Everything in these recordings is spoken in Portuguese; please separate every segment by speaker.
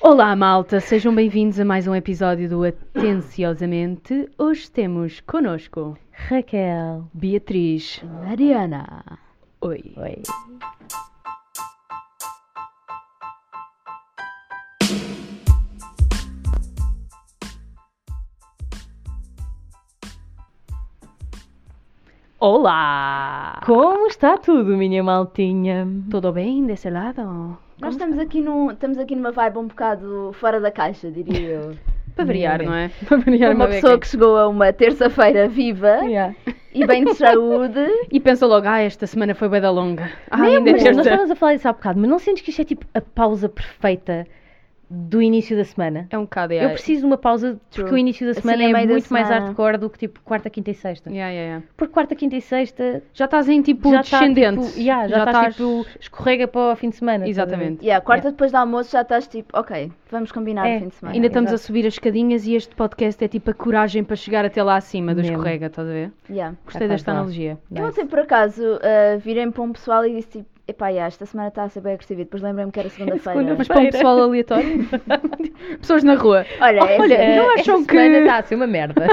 Speaker 1: Olá, malta, sejam bem-vindos a mais um episódio do Atenciosamente. Hoje temos connosco
Speaker 2: Raquel.
Speaker 1: Beatriz.
Speaker 2: Mariana.
Speaker 1: Oi.
Speaker 2: Oi.
Speaker 1: Olá!
Speaker 2: Como está tudo, minha maltinha?
Speaker 1: Tudo bem desse lado?
Speaker 3: Nós estamos aqui, num, estamos aqui numa vibe um bocado fora da caixa, diria eu.
Speaker 1: Para variar,
Speaker 2: Ninguém.
Speaker 1: não é? Para
Speaker 3: Para
Speaker 1: variar
Speaker 3: uma
Speaker 1: vez
Speaker 3: pessoa
Speaker 1: aqui.
Speaker 3: que chegou a uma terça-feira viva
Speaker 2: Yeah.
Speaker 3: e bem de saúde.
Speaker 1: E pensa logo, ah, esta semana foi bem da longa. Ah, ainda é
Speaker 2: Mas nós
Speaker 1: terça.
Speaker 2: estávamos a falar disso há bocado, mas não sentes que isto é tipo a pausa perfeita do início da semana?
Speaker 1: É um bocado,
Speaker 2: Eu
Speaker 1: yeah.
Speaker 2: preciso de uma pausa porque
Speaker 3: True.
Speaker 2: o início da
Speaker 3: Assim,
Speaker 2: semana
Speaker 3: a
Speaker 2: é
Speaker 3: meio da
Speaker 2: muito mais
Speaker 3: semana.
Speaker 2: hardcore do que tipo quarta, quinta e sexta.
Speaker 1: Yeah, yeah, yeah.
Speaker 2: Porque quarta, quinta e sexta
Speaker 1: Já estás em tipo
Speaker 2: já está,
Speaker 1: descendente.
Speaker 2: tipo, yeah, já, estás, tipo escorrega para o fim de semana. estás a ver?
Speaker 1: Exatamente.
Speaker 3: E a quarta depois do almoço já estás tipo, ok, vamos combinar
Speaker 2: É,
Speaker 3: o fim de semana.
Speaker 1: Ainda estamos
Speaker 2: Exato.
Speaker 1: a subir as escadinhas e este podcast é tipo a coragem para chegar até lá acima do
Speaker 2: Mesmo.
Speaker 1: escorrega, estás a ver?
Speaker 3: Yeah.
Speaker 1: Gostei
Speaker 2: Capaz
Speaker 1: desta
Speaker 2: lá.
Speaker 1: analogia.
Speaker 3: Eu
Speaker 2: Nice.
Speaker 3: ontem por acaso uh, virei para um pessoal e disse tipo, epá, yeah, esta semana está a ser bem agressiva e depois lembrei-me que era segunda-feira.
Speaker 2: Segunda-
Speaker 1: Mas para um
Speaker 2: Feira.
Speaker 1: pessoal aleatório, pessoas na rua.
Speaker 2: Ah,
Speaker 3: Olha, é assim,
Speaker 1: Olha,
Speaker 3: essa-
Speaker 1: não é
Speaker 2: Esta
Speaker 1: acham que.
Speaker 2: semana está a ser uma merda.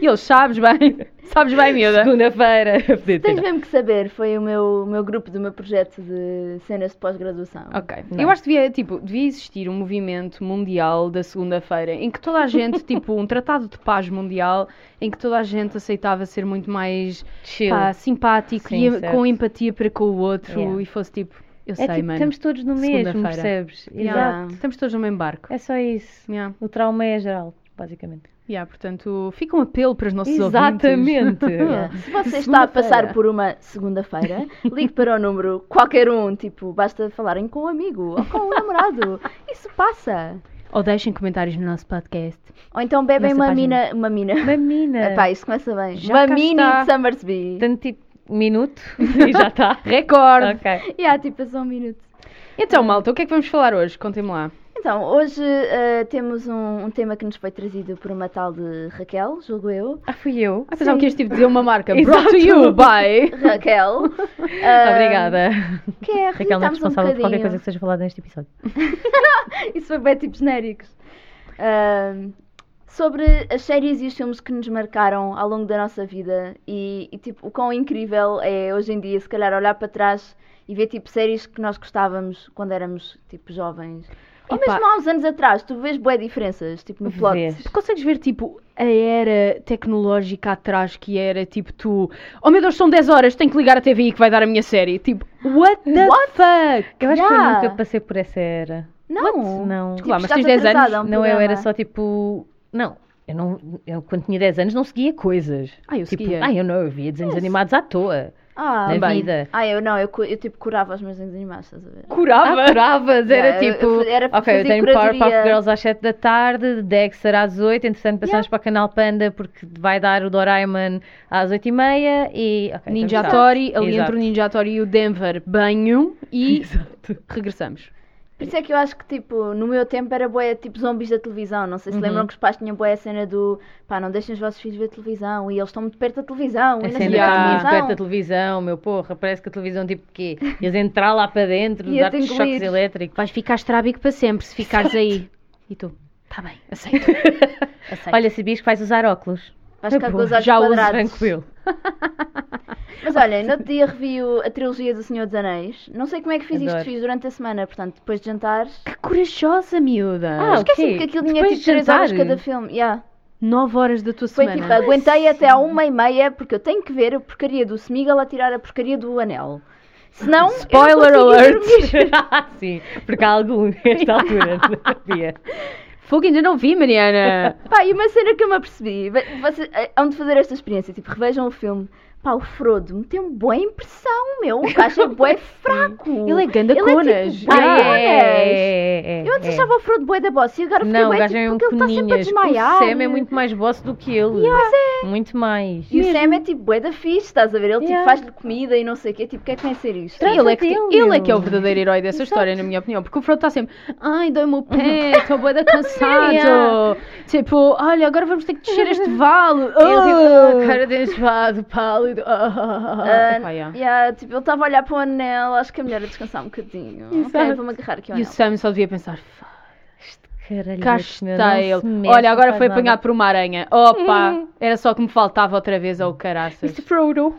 Speaker 1: E eles, sabes bem, sabes bem, miúda.
Speaker 2: Segunda-feira, a pedir
Speaker 3: Tens
Speaker 2: tira.
Speaker 3: mesmo que saber, foi o meu, o meu grupo do meu projeto de cenas de pós-graduação.
Speaker 1: Ok.
Speaker 2: Não.
Speaker 1: Eu acho que devia, tipo, devia existir um movimento mundial da segunda-feira em que toda a gente, tipo, um tratado de paz mundial em que toda a gente aceitava ser muito mais
Speaker 2: Chill.
Speaker 1: pá, simpático
Speaker 2: Sim,
Speaker 1: e a-
Speaker 2: certo.
Speaker 1: com empatia para com o outro
Speaker 2: Yeah.
Speaker 1: e fosse tipo, eu sei,
Speaker 2: É tipo,
Speaker 1: mano.
Speaker 2: estamos todos no mesmo,
Speaker 1: Segunda-feira.
Speaker 2: percebes?
Speaker 1: Yeah.
Speaker 2: Exato.
Speaker 1: Estamos todos no mesmo barco.
Speaker 2: É só isso.
Speaker 1: Yeah.
Speaker 2: O trauma é geral, basicamente.
Speaker 1: Yeah, portanto, fica um apelo para os nossos ouvintes.
Speaker 2: Exatamente.
Speaker 3: Yeah. Se você está a passar por uma segunda-feira, ligue para o número qualquer um, tipo, basta falarem com um amigo ou com um namorado. Isso passa.
Speaker 1: Ou deixem comentários no nosso podcast.
Speaker 3: Ou então bebem
Speaker 1: Nossa
Speaker 3: uma
Speaker 1: página.
Speaker 3: mina, uma mina.
Speaker 2: Uma mina.
Speaker 3: Epá, isto começa bem.
Speaker 1: Já
Speaker 3: uma
Speaker 1: cá
Speaker 3: mini
Speaker 1: está.
Speaker 3: de Summersby.
Speaker 2: Tanto tipo minuto e já está.
Speaker 1: Recorde!
Speaker 2: ok.
Speaker 3: E há tipo só um minuto.
Speaker 1: Então, malta, o que é que vamos falar hoje? Contem-me lá.
Speaker 3: Então, hoje eh, temos um, um tema que nos foi trazido por uma tal de Raquel, julgo eu.
Speaker 2: Ah, fui eu.
Speaker 1: Ah, pensava que este tipo dizer uma marca.
Speaker 2: Exato.
Speaker 1: Brought to you by...
Speaker 3: Raquel.
Speaker 1: Ah.
Speaker 3: Eh,
Speaker 2: Obrigada.
Speaker 3: Que é,
Speaker 2: Raquel não é
Speaker 3: revisitamos um
Speaker 2: responsável por qualquer
Speaker 3: bocadinho.
Speaker 2: coisa que seja falada neste episódio.
Speaker 3: Isso foi bem tipo genéricos. Ahm, sobre as séries e os filmes que nos marcaram ao longo da nossa vida e, e, tipo, o quão incrível é hoje em dia, se calhar, olhar para trás e ver tipo séries que nós gostávamos quando éramos tipo jovens. Ou
Speaker 1: Epá.
Speaker 3: mesmo há uns anos atrás, tu vês boas diferenças, tipo no plot.
Speaker 2: Vês.
Speaker 1: Consegues ver, tipo, a era tecnológica atrás que era, tipo, tu... Oh, meu Deus, são 10 horas, tenho que ligar a TVI que vai dar a minha série. Tipo, what the fuck?
Speaker 2: Eu acho
Speaker 3: Yeah.
Speaker 2: que eu nunca passei por essa era.
Speaker 3: Não. Tipo,
Speaker 2: Não.
Speaker 1: Desculpa, mas tens
Speaker 3: estás
Speaker 1: 10
Speaker 3: atrasada a
Speaker 1: anos?
Speaker 3: um
Speaker 2: não, eu era
Speaker 3: programa.
Speaker 2: só tipo. Não. Eu, não, eu quando tinha 10 anos não seguia coisas.
Speaker 1: Ah, eu
Speaker 2: tipo,
Speaker 1: seguia.
Speaker 2: Ah, eu não, eu via desenhos animados à toa.
Speaker 3: Ah,
Speaker 2: na
Speaker 3: bem.
Speaker 2: vida.
Speaker 3: Ah, eu não, eu, cu- eu tipo curava os meus desenhos animados, estás a ver?
Speaker 1: Curava?
Speaker 2: Ah, curavas, era
Speaker 3: Yeah, eu-
Speaker 2: tipo.
Speaker 3: eu- era
Speaker 2: ok, eu
Speaker 3: fazer
Speaker 2: tenho
Speaker 3: curadoria.
Speaker 2: Powerpuff Girls às 7 da tarde, Dexter às 8, entretanto passamos para o Canal Panda porque vai dar o Doraemon às 8 e meia e. ok,
Speaker 1: Ninja
Speaker 2: estamos
Speaker 1: Tori,
Speaker 2: lá.
Speaker 1: ali
Speaker 2: Exato.
Speaker 1: entre o Ninja Tori e o Denver, banho e regressamos.
Speaker 3: Por isso é que eu acho que, tipo, no meu tempo era boé, tipo, zombies da televisão. Não
Speaker 2: Uhum.
Speaker 3: sei se lembram que os pais tinham boé a cena do pá, não deixem os vossos filhos ver televisão e eles estão muito perto da
Speaker 2: A
Speaker 3: televisão. e não
Speaker 2: cena
Speaker 3: sei
Speaker 1: Yeah.
Speaker 2: está
Speaker 3: da
Speaker 2: muito perto da
Speaker 3: é televisão.
Speaker 2: televisão, meu porra, parece que a televisão tipo quê? Ias entrar lá para dentro,
Speaker 3: Ia-te
Speaker 2: dar-te choques
Speaker 3: engolir.
Speaker 2: elétricos.
Speaker 1: Vais ficar estrábico para sempre se ficares aí. E tu? Tá bem, aceito. aceito.
Speaker 2: Olha, sabias que vais usar óculos?
Speaker 3: Vais ficar com os
Speaker 2: Boa,
Speaker 3: olhos
Speaker 1: já uso
Speaker 3: quadrados.
Speaker 2: Tranquilo.
Speaker 3: Mas olha, no outro dia revi o- a trilogia do Senhor dos Anéis. Não sei como é que fiz isto,
Speaker 2: Adoro.
Speaker 3: fiz durante a semana, portanto, depois de jantares.
Speaker 1: que corajosa, miúda.
Speaker 2: Ah, o
Speaker 3: Esqueci-me
Speaker 2: quê?
Speaker 3: que aquilo tinha
Speaker 2: Depois
Speaker 3: tipo 3
Speaker 2: de
Speaker 3: horas
Speaker 2: jantar?
Speaker 3: cada filme. Yeah.
Speaker 1: 9 horas da tua
Speaker 3: Foi
Speaker 1: semana.
Speaker 3: tipo, aguentei até à uma e meia porque eu tenho que ver a porcaria do Smeagol a tirar a porcaria do anel. Senão. eu não
Speaker 1: Spoiler
Speaker 3: conseguia
Speaker 1: alert.
Speaker 3: dormir.
Speaker 2: Ah, Sim, porque há algum nesta altura não havia.
Speaker 1: Fogo, ainda não vi, Mariana.
Speaker 3: Pá, e uma cena que eu me apercebi, ve- vocês eh, hão de fazer esta experiência, tipo, revejam o filme. Pá, o Frodo me tem uma boa impressão, meu. O gajo é bué fraco.
Speaker 1: Ele é ganda
Speaker 3: Ele é
Speaker 1: conas.
Speaker 3: tipo- Ah, é?
Speaker 2: é, é,
Speaker 3: Eu antes
Speaker 2: é.
Speaker 3: achava o Frodo bué da bossa e agora fiquei
Speaker 2: Não, o
Speaker 3: bué,
Speaker 2: gajo
Speaker 3: tipo,
Speaker 2: é um
Speaker 3: porque ele está sempre a
Speaker 2: coninhas.
Speaker 3: desmaiar. né? é.
Speaker 2: O Sam é muito mais boss do que ele. Muito mais.
Speaker 3: E o Sam é tipo bué da fixe, estás a ver? Ele tipo
Speaker 2: Yeah.
Speaker 3: faz-lhe comida e não sei o quê, tipo, o que é que vai ser isto?
Speaker 2: Tra-
Speaker 1: Ele é, que,
Speaker 2: Trata dele,
Speaker 1: ele é que é o
Speaker 2: meu.
Speaker 1: verdadeiro herói dessa história, na minha opinião. Porque o Frodo está sempre, ai, dói-me o pé, estou bué da cansado.
Speaker 2: Yeah.
Speaker 1: tipo, olha, agora vamos ter que descer este vale.
Speaker 2: Ele tipo,
Speaker 1: Ah.
Speaker 2: a cara de enjoado, pálido.
Speaker 1: e tu. ah, ah, ah, ah,
Speaker 3: Ah,
Speaker 1: epá, yeah.
Speaker 3: yeah, tipo, eu estava a olhar para o anel, acho que é melhor eu descansar um bocadinho. Ok,
Speaker 1: Exato.
Speaker 3: vou-me agarrar aqui ao
Speaker 1: E o
Speaker 3: anel.
Speaker 1: Sam só devia pensar. "Fuck,
Speaker 2: Caralho,
Speaker 1: Cá
Speaker 2: meu,
Speaker 1: está
Speaker 2: não se
Speaker 1: ele.
Speaker 2: mexe,
Speaker 1: Olha, agora
Speaker 2: não
Speaker 1: foi
Speaker 2: faz
Speaker 1: apanhado
Speaker 2: nada.
Speaker 1: por uma aranha. Opa! Era só que me faltava outra vez ao caraças.
Speaker 2: Frodo.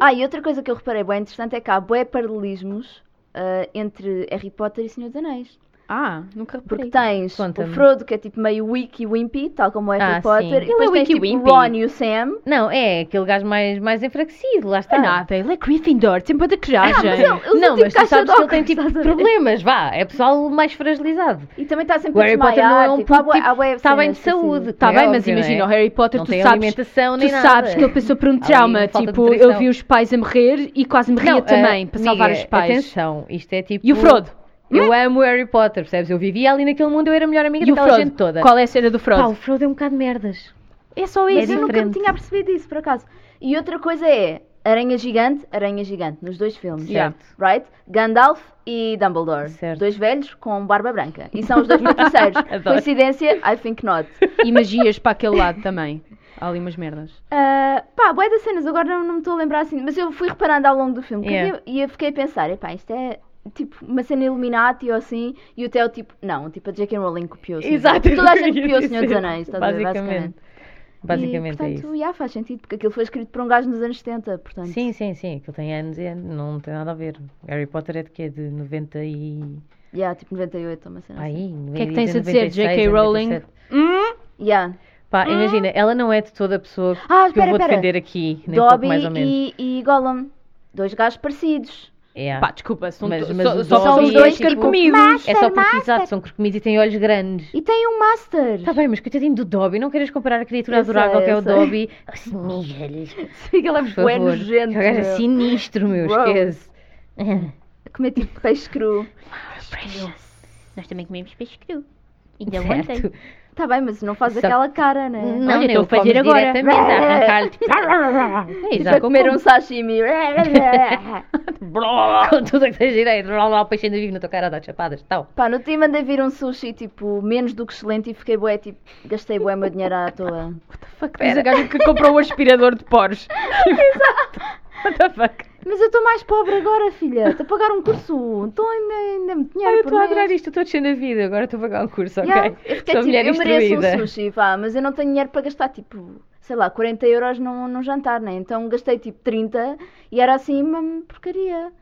Speaker 3: Ah, e outra coisa que eu reparei bem interessante é que há bué paralelismos ah, entre Harry Potter e Senhor dos Anéis.
Speaker 1: Ah, nunca
Speaker 3: Porque
Speaker 1: reparei.
Speaker 3: tens
Speaker 2: Conta-me.
Speaker 3: o Frodo, que é tipo meio wiki wimpy, tal como o Harry
Speaker 2: Ah, sim.
Speaker 3: Potter.
Speaker 1: Ele
Speaker 3: E
Speaker 1: é
Speaker 3: depois tens
Speaker 1: wiki
Speaker 3: tipo
Speaker 1: wimpy.
Speaker 3: o Ron e o Sam.
Speaker 2: Não, é aquele gajo mais, mais enfraquecido, lá está.
Speaker 1: Não é nada, ele é Gryffindor, sempre da coragem.
Speaker 3: mas ele- usa
Speaker 2: não,
Speaker 3: tipo
Speaker 2: mas tu
Speaker 3: caixa
Speaker 2: sabes
Speaker 3: de
Speaker 2: que ele tem
Speaker 3: óculos,
Speaker 2: tipo
Speaker 3: estás a ver?
Speaker 2: problemas, vá. É pessoal mais fragilizado.
Speaker 3: E também está sempre
Speaker 2: O Harry
Speaker 3: a desmaiar.
Speaker 2: Potter não é um
Speaker 3: tipo,
Speaker 2: puto,
Speaker 3: há bué-
Speaker 2: tipo,
Speaker 3: há bué
Speaker 2: está bem de
Speaker 3: cenas assim.
Speaker 2: saúde.
Speaker 1: Tá
Speaker 2: Não é
Speaker 1: bem, mas
Speaker 2: óbvio, não
Speaker 1: imagina,
Speaker 2: é?
Speaker 1: o Harry Potter,
Speaker 2: Não
Speaker 1: tu
Speaker 2: tem
Speaker 1: sabes,
Speaker 2: alimentação
Speaker 1: tu
Speaker 2: nem
Speaker 1: sabes
Speaker 2: nada.
Speaker 1: que ele passou por um
Speaker 2: Há ali
Speaker 1: trauma.
Speaker 2: uma falta de
Speaker 1: Tipo, eu
Speaker 2: nutrição.
Speaker 1: vi os pais a morrer e quase morria
Speaker 2: Não,
Speaker 1: também,
Speaker 2: ah,
Speaker 1: para salvar
Speaker 2: amiga,
Speaker 1: os pais.
Speaker 2: Atenção, isto é tipo.
Speaker 1: E eh, o Frodo?
Speaker 2: Eu amo o Harry Potter, percebes? Eu vivia ali naquele mundo, eu era a melhor amiga
Speaker 1: E o
Speaker 2: daquela
Speaker 1: Frodo?
Speaker 2: gente toda.
Speaker 1: Qual é a cena do
Speaker 2: Pá, o
Speaker 1: Frodo?
Speaker 2: Frodo é um bocado merdas.
Speaker 1: É só
Speaker 3: Pois,
Speaker 1: isso.
Speaker 2: É
Speaker 3: eu nunca me
Speaker 2: diferente.
Speaker 3: tinha percebido isso, por acaso. E outra coisa é Aranha Gigante, Aranha Gigante, nos dois filmes.
Speaker 1: Yeah.
Speaker 3: Right? Gandalf e Dumbledore.
Speaker 2: Certo.
Speaker 3: Dois velhos com barba branca. E são os dois feiticeiros.
Speaker 2: Adoro.
Speaker 3: Coincidência? I think not.
Speaker 1: E magias para aquele lado também. Há ali umas merdas.
Speaker 3: Ah, pá, boé das cenas, agora não, não me estou a lembrar assim, mas eu fui reparando ao longo do filme que
Speaker 2: Yeah.
Speaker 3: havia- e eu fiquei a pensar, epá, isto é tipo uma cena Illuminati ou assim, e o Theo tipo, não, tipo a J.K. Rowling copiou o Senhor dos
Speaker 2: Exato,
Speaker 3: Anéis. Toda a
Speaker 2: eu
Speaker 3: gente
Speaker 2: ia
Speaker 3: copiou o
Speaker 2: dizer.
Speaker 3: Senhor dos Anéis, estás a ver,
Speaker 2: Basicamente.
Speaker 3: basicamente.
Speaker 2: Basicamente
Speaker 3: e, portanto,
Speaker 2: é isso.
Speaker 3: já faz sentido, porque aquilo foi escrito por um gajo nos anos 70, portanto.
Speaker 2: Sim, sim, sim. Aquilo tem anos e anos, não tem nada a ver. Harry Potter é de quê? De 90 e.
Speaker 3: Yeah, tipo 98, uma cena assim.
Speaker 2: Aí, O
Speaker 1: que é que tens a dizer, J.K. Rowling? Hum?
Speaker 3: Yeah.
Speaker 2: Pá, imagina, ela não é de toda a pessoa
Speaker 3: Ah,
Speaker 2: que eu
Speaker 3: espera,
Speaker 2: vou
Speaker 3: espera.
Speaker 2: defender aqui, nem pouco
Speaker 3: Dobby
Speaker 2: mais ou menos.
Speaker 3: e, e Gollum, dois gajos parecidos.
Speaker 2: É.
Speaker 1: Pá, desculpa, são
Speaker 2: Mas-
Speaker 1: to-
Speaker 2: mas
Speaker 1: só,
Speaker 2: o
Speaker 1: só
Speaker 2: Dobby
Speaker 1: são Ah. os
Speaker 2: é
Speaker 1: dois
Speaker 2: tipo-
Speaker 1: carcomidos.
Speaker 2: É só porque, exato, são carcomidos e têm olhos grandes.
Speaker 3: E tem um Master.
Speaker 2: Tá bem, mas coitadinho do Dobby, não queres comparar a criatura
Speaker 3: Eu
Speaker 2: adorável
Speaker 3: sei,
Speaker 2: que é
Speaker 3: eu
Speaker 2: o
Speaker 3: sei.
Speaker 2: Dobby? Assim, Miguel,
Speaker 3: Ele é
Speaker 2: por favor.
Speaker 3: nojento,
Speaker 2: Que gajo é
Speaker 3: meu.
Speaker 2: sinistro, meu,
Speaker 3: Gross.
Speaker 2: esquece.
Speaker 3: Comer tipo peixe cru.
Speaker 4: Nós também comemos peixe cru. Ainda ontem.
Speaker 2: Certo.
Speaker 3: Tá bem, mas não faz
Speaker 2: Só-
Speaker 3: aquela cara, né?
Speaker 2: Não,
Speaker 4: Olha,
Speaker 2: nem
Speaker 4: estou
Speaker 2: o
Speaker 4: a fazer
Speaker 2: comes
Speaker 4: agora.
Speaker 2: diretamente, a arrancar-lhe. tipo, É,
Speaker 3: Tipo
Speaker 2: já
Speaker 3: a comer
Speaker 2: como-
Speaker 3: um sashimi.
Speaker 2: Com tudo o que tens direito, blá, blá, o peixe ainda vive na tua cara, dá chapadas, tal.
Speaker 3: Pá, no dia mandei vir um sushi, tipo, menos do que excelente e fiquei bué, tipo, gastei bué meu dinheiro à toa.
Speaker 1: Fuck, diz a gaja que comprou
Speaker 2: um
Speaker 1: o aspirador de poros. What the fuck?
Speaker 3: Mas eu estou mais pobre agora, filha. Estou a pagar um curso. Estou ainda, ainda me
Speaker 2: Ah, eu
Speaker 3: dinheiro por
Speaker 2: estou a adorar
Speaker 3: mês.
Speaker 2: isto, eu estou a descer na vida, agora estou a pagar um curso, ok?
Speaker 3: Yeah, Eu, fiquei,
Speaker 2: Sou
Speaker 3: tipo,
Speaker 2: mulher
Speaker 3: eu mereço um
Speaker 2: instruída.
Speaker 3: sushi, vá, mas eu não tenho dinheiro para gastar, tipo, sei lá, 40 euros num, num jantar, né? Então gastei, tipo, 30 e era assim uma porcaria.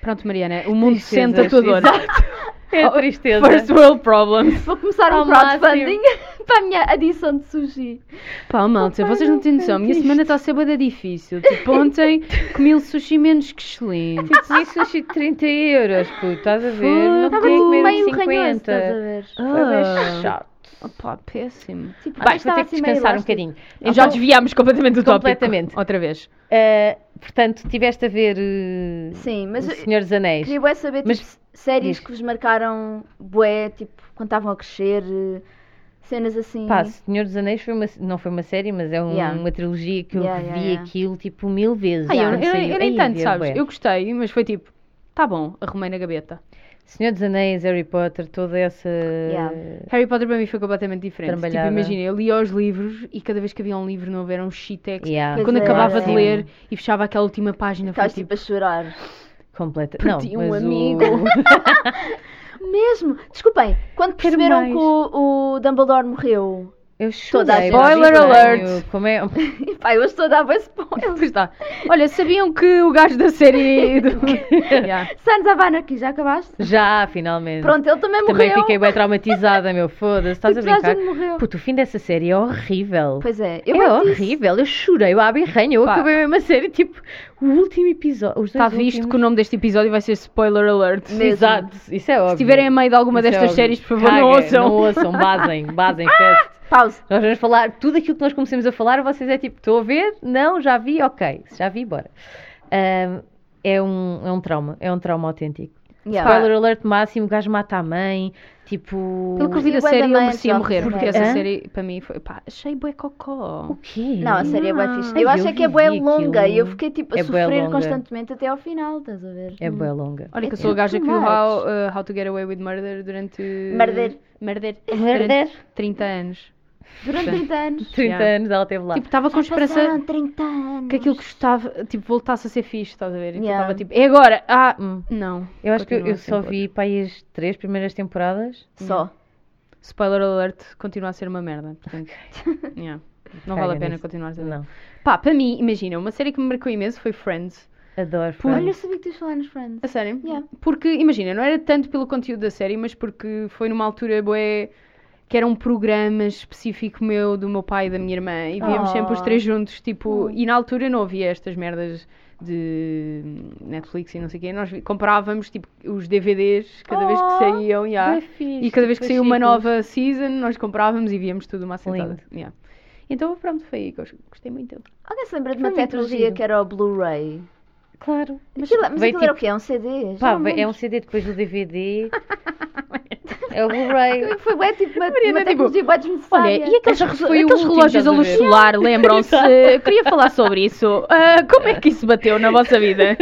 Speaker 1: Pronto, Mariana, o mundo
Speaker 2: Tristezas,
Speaker 1: sente a tua dor.
Speaker 2: É tristeza.
Speaker 1: First world problems.
Speaker 3: Vou começar
Speaker 2: Ao
Speaker 3: um crowdfunding para a minha adição de sushi.
Speaker 1: Pá, malta,
Speaker 2: Opa,
Speaker 1: vocês não têm
Speaker 2: não
Speaker 1: noção. A minha
Speaker 2: canto
Speaker 1: semana está a ser bué da difícil. Tipo, ontem comi um sushi menos que excelente.
Speaker 2: Eu comi sushi de 30 euros, puto, estás a ver? Não
Speaker 3: Estava
Speaker 2: podia
Speaker 3: tudo
Speaker 2: comer
Speaker 3: meio
Speaker 2: meio
Speaker 3: ranhoso,
Speaker 2: 50.
Speaker 3: estás a ver?
Speaker 2: Foi bem
Speaker 1: Ah.
Speaker 2: chato.
Speaker 1: Opá, péssimo.
Speaker 3: Tipo,
Speaker 2: Vai,
Speaker 3: depois
Speaker 2: vou
Speaker 3: estava
Speaker 2: ter que
Speaker 3: assim meio
Speaker 2: descansar um
Speaker 3: elástico.
Speaker 2: bocadinho.
Speaker 1: Já desviámos completamente do tópico.
Speaker 2: Completamente.
Speaker 1: Outra vez.
Speaker 2: Uh, portanto, tiveste a ver uh,
Speaker 3: Sim, mas
Speaker 2: O
Speaker 3: eu
Speaker 2: Senhor dos Anéis.
Speaker 3: queria bué saber, tipo,
Speaker 2: Mas-
Speaker 3: s- séries
Speaker 2: diz.
Speaker 3: que vos marcaram bué, tipo, quando estavam a crescer, eh, cenas assim.
Speaker 2: Pá, Senhor dos Anéis foi uma, não foi uma série, mas é um-
Speaker 3: Yeah.
Speaker 2: uma trilogia que eu
Speaker 3: Yeah,
Speaker 2: revi
Speaker 3: yeah, yeah.
Speaker 2: aquilo tipo mil vezes.
Speaker 1: Ah, eu,
Speaker 2: quando
Speaker 1: eu-
Speaker 2: saiu.
Speaker 1: eu nem
Speaker 2: Ai,
Speaker 1: tanto,
Speaker 2: ver,
Speaker 1: sabes?
Speaker 2: bué.
Speaker 1: Eu gostei, mas foi tipo, tá bom, arrumei na gaveta.
Speaker 2: Senhor dos Anéis, Harry Potter, toda essa.
Speaker 1: Harry Potter para mim foi completamente diferente.
Speaker 2: Trabalhada.
Speaker 1: Tipo, imagina, eu lia os livros e cada vez que havia um livro novo era um shitex.
Speaker 2: Yeah.
Speaker 1: Quando
Speaker 3: Pois é,
Speaker 1: acabava de
Speaker 3: sim.
Speaker 1: ler e fechava aquela última página, foi
Speaker 3: Ficaste,
Speaker 1: tipo,
Speaker 3: tipo, a chorar.
Speaker 2: Completa.
Speaker 1: Por
Speaker 2: Não,
Speaker 1: ti, um
Speaker 2: mas o-
Speaker 1: amigo.
Speaker 3: Mesmo? Desculpem, quando
Speaker 1: Quero
Speaker 3: perceberam
Speaker 1: mais.
Speaker 3: que o, o Dumbledore morreu?
Speaker 2: Eu chorei.
Speaker 3: Toda a gente. né?
Speaker 1: Spoiler
Speaker 2: mas
Speaker 1: alert.
Speaker 2: estranho, Como é?
Speaker 3: Pá, eu estou a dar bem spoiler.
Speaker 1: "Pois está. Olha, sabiam que o gajo da série. Do... Yeah.
Speaker 3: Sons of Anarchy, já acabaste?
Speaker 2: Já, finalmente.
Speaker 3: Pronto, ele também,
Speaker 2: Também
Speaker 3: morreu.
Speaker 2: fiquei bem traumatizada, meu. Foda-se, estás a
Speaker 3: Tipo, toda
Speaker 2: brincar?
Speaker 3: gente morreu.
Speaker 2: Puto, o fim dessa série é horrível.
Speaker 3: Pois é, eu
Speaker 2: é
Speaker 3: bem disse.
Speaker 2: horrível, eu chorei, eu abri ranho, eu
Speaker 1: Pá.
Speaker 2: acabei mesmo a série, tipo, o último episódio, os dois
Speaker 1: Está Tá visto
Speaker 2: últimos.
Speaker 1: que o nome deste episódio vai ser spoiler alert.
Speaker 3: Mesmo.
Speaker 2: Exato, isso é óbvio.
Speaker 1: Se estiverem a meio de alguma
Speaker 2: Isso é
Speaker 1: destas
Speaker 2: óbvio.
Speaker 1: séries, por favor, não
Speaker 2: Caguem,
Speaker 1: ouçam.
Speaker 2: Não ouçam, basem, basem, fest.
Speaker 3: Pause.
Speaker 2: Nós vamos falar, tudo aquilo que nós começamos a falar, vocês é tipo, estou a ver? Não, já vi, ok, se já vi, bora. Ahm, é, um, é um trauma, é um trauma autêntico.
Speaker 3: Yeah.
Speaker 2: Spoiler alert máximo, o gajo mata a mãe, tipo...
Speaker 1: Pelo que eu vi da
Speaker 3: Bué da
Speaker 1: série, ele
Speaker 3: mãe,
Speaker 1: merecia
Speaker 3: já,
Speaker 1: morrer,
Speaker 3: já.
Speaker 1: porque essa
Speaker 2: Hã?
Speaker 1: série, para mim, foi. Pá, achei bué cocó.
Speaker 2: O quê?
Speaker 3: Não, a série é bué
Speaker 1: Não.
Speaker 3: fixe.
Speaker 2: Ai,
Speaker 3: Eu acho
Speaker 2: eu
Speaker 3: é que é bué
Speaker 2: vivi
Speaker 3: longa e eu
Speaker 2: aquilo.
Speaker 3: fiquei tipo a
Speaker 2: É bué
Speaker 3: sofrer
Speaker 2: longa.
Speaker 3: constantemente até ao final, estás a ver?
Speaker 2: É
Speaker 1: Hum.
Speaker 2: boa longa.
Speaker 1: Olha, que eu
Speaker 3: É
Speaker 1: sou a gaja
Speaker 3: too
Speaker 1: que viu
Speaker 3: much.
Speaker 1: how, uh, how to Get Away with Murder durante.
Speaker 3: Murder.
Speaker 1: Murder.
Speaker 2: Murder.
Speaker 1: Durante 30 anos.
Speaker 3: Durante 30 anos.
Speaker 2: 30
Speaker 1: Yeah.
Speaker 2: anos ela teve lá.
Speaker 1: Tipo, estava com esperança
Speaker 3: Passaram 30 anos.
Speaker 1: que aquilo que estava, tipo, voltasse a ser fixe, estás a ver? E tu
Speaker 3: Yeah.
Speaker 1: Estava tipo, é agora! Ah,
Speaker 2: Hum.
Speaker 1: não.
Speaker 2: Eu acho que eu,
Speaker 1: Continua assim,
Speaker 2: eu só
Speaker 1: sempre
Speaker 2: vi para aí as três primeiras temporadas.
Speaker 3: Só.
Speaker 1: Spoiler alert, continua a ser uma merda. Portanto, yeah. Não
Speaker 2: Caga
Speaker 1: vale a pena
Speaker 2: nisso.
Speaker 1: continuar a ser.
Speaker 2: Não.
Speaker 1: Pá, para mim, imagina, uma série que me marcou imenso foi Friends.
Speaker 2: Adoro.
Speaker 1: Por-
Speaker 2: Friends.
Speaker 3: Olha, eu sabia que tu ias falar nos Friends.
Speaker 1: A sério?
Speaker 3: Yeah.
Speaker 1: Porque, imagina, não era tanto pelo conteúdo da série, mas porque foi numa altura bué, que era um programa específico meu, do meu pai e da minha irmã, e víamos
Speaker 3: Oh.
Speaker 1: sempre
Speaker 2: Ah.
Speaker 1: os três juntos,
Speaker 2: Hum.
Speaker 1: tipo, e na altura não havia estas merdas de Netflix e não sei o quê, nós vi- comprávamos, tipo, os DVDs cada vez que
Speaker 2: Oh,
Speaker 1: saíam, yeah.
Speaker 2: Bué fixe,
Speaker 1: E cada vez
Speaker 2: tipo,
Speaker 1: que saía uma
Speaker 2: fascículos.
Speaker 1: nova season, nós comprávamos e víamos tudo uma assentada.
Speaker 2: Lindo.
Speaker 1: Yeah. Então pronto, foi aí que eu gostei muito.
Speaker 3: Alguém se lembra de
Speaker 2: Foi
Speaker 3: uma
Speaker 2: muito
Speaker 3: tetralogia
Speaker 2: giro.
Speaker 3: que era o Blu-ray?
Speaker 2: Claro.
Speaker 3: Mas aquilo, mas
Speaker 2: veio
Speaker 3: aquilo era o
Speaker 2: tipo-
Speaker 3: quê? É um CD? Já
Speaker 2: Pá,
Speaker 3: não me
Speaker 2: veio- é um
Speaker 3: lembro.
Speaker 2: CD depois do DVD. é o Blu-ray.
Speaker 3: Foi bem tipo uma,
Speaker 1: Mariana,
Speaker 3: uma tecnologia bué desnecessária.
Speaker 1: Olha, e aqueles,
Speaker 2: Essa
Speaker 1: re-
Speaker 2: foi o
Speaker 1: aqueles
Speaker 2: último,
Speaker 1: relógios a
Speaker 2: estás a
Speaker 1: luz
Speaker 2: ver?
Speaker 1: solar, lembram-se? Eu Queria falar sobre isso. Ah, como é que isso bateu na vossa vida?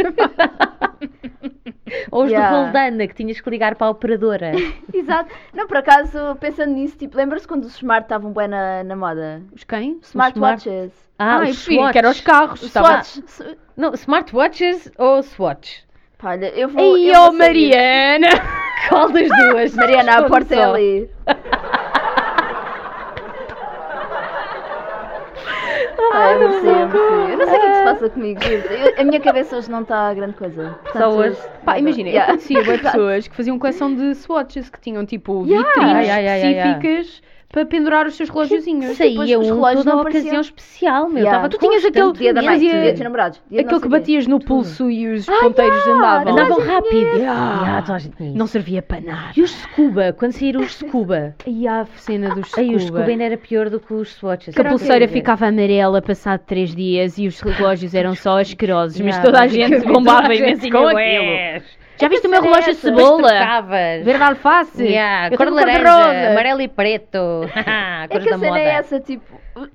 Speaker 2: Ou os
Speaker 3: Yeah.
Speaker 2: do Roldana, que tinhas que ligar para a operadora.
Speaker 3: Exato. Não, por acaso, pensando nisso, tipo, lembra-se quando os smart estavam bem na, na moda?
Speaker 1: Os quem?
Speaker 3: Smartwatches.
Speaker 2: Ah,
Speaker 1: eu
Speaker 2: os
Speaker 1: prefiro,
Speaker 2: Swatch.
Speaker 1: que era os carros.
Speaker 3: Os
Speaker 1: estava-
Speaker 3: Swatch. Su-
Speaker 2: Não, smartwatches ou Swatch?
Speaker 3: Pá, olha, eu vou...
Speaker 1: Ei,
Speaker 3: eu vou
Speaker 1: oh
Speaker 3: sair.
Speaker 1: Mariana!
Speaker 2: Qual das duas?
Speaker 3: Mariana, a
Speaker 2: Responde
Speaker 3: porta é
Speaker 2: só.
Speaker 3: ali. Ah, eu não sei, eu não sei. Eu não sei o que é que se passa comigo. juro-te. Eu- a minha cabeça hoje não está a grande coisa.
Speaker 2: Só hoje.
Speaker 1: Pá, imagina,
Speaker 3: Yeah.
Speaker 1: eu conhecia bué
Speaker 3: Exato.
Speaker 1: pessoas que faziam coleção de swatches que tinham tipo
Speaker 3: Yeah.
Speaker 1: vitrines
Speaker 2: Yeah, yeah, yeah, yeah.
Speaker 1: específicas para pendurar os seus relógiozinhos.
Speaker 2: Saía
Speaker 3: os
Speaker 2: um
Speaker 3: relógios
Speaker 2: toda
Speaker 3: não
Speaker 2: a ocasião
Speaker 3: apareciam.
Speaker 2: especial, meu.
Speaker 3: Yeah.
Speaker 2: Tava
Speaker 1: Tu tinhas aquele-
Speaker 2: constante.
Speaker 3: Dia da mãe,
Speaker 1: Mas e a-
Speaker 3: dia dos namorados. dia de
Speaker 1: Aquele que
Speaker 3: não sei quê.
Speaker 1: batias no pulso e os ponteiros andavam.
Speaker 2: Andavam
Speaker 3: Toda a gente
Speaker 2: rápido.
Speaker 1: Yeah.
Speaker 2: Yeah, toda a gente tinha isso.
Speaker 1: Não servia para nada.
Speaker 2: E os Scuba? Quando saíram os Scuba?
Speaker 1: E a cena dos
Speaker 2: Aí os
Speaker 1: scuba.
Speaker 2: Scuba ainda era pior do que os Swatches.
Speaker 1: Que a
Speaker 2: Era
Speaker 1: pulseira
Speaker 2: horrível.
Speaker 1: ficava amarela passado três dias e os relógios eram só asquerosos, mas
Speaker 2: Yeah,
Speaker 1: toda a
Speaker 2: basicamente
Speaker 1: gente bombava
Speaker 2: toda a
Speaker 1: imenso
Speaker 2: gente
Speaker 1: com
Speaker 2: tinha
Speaker 1: aquilo.
Speaker 2: ués.
Speaker 1: Já viste o meu
Speaker 3: cena é
Speaker 1: relógio de
Speaker 3: essa?
Speaker 2: Mas
Speaker 1: cebola?
Speaker 2: trocavas.
Speaker 1: Verde alface?
Speaker 2: Yeah,
Speaker 1: Eu
Speaker 2: cor
Speaker 1: tenho um cor de
Speaker 2: laranja,
Speaker 1: rosa.
Speaker 2: amarelo e preto.
Speaker 3: É
Speaker 2: Cores
Speaker 3: que
Speaker 2: da
Speaker 3: a cena
Speaker 2: moda.
Speaker 3: é essa, tipo,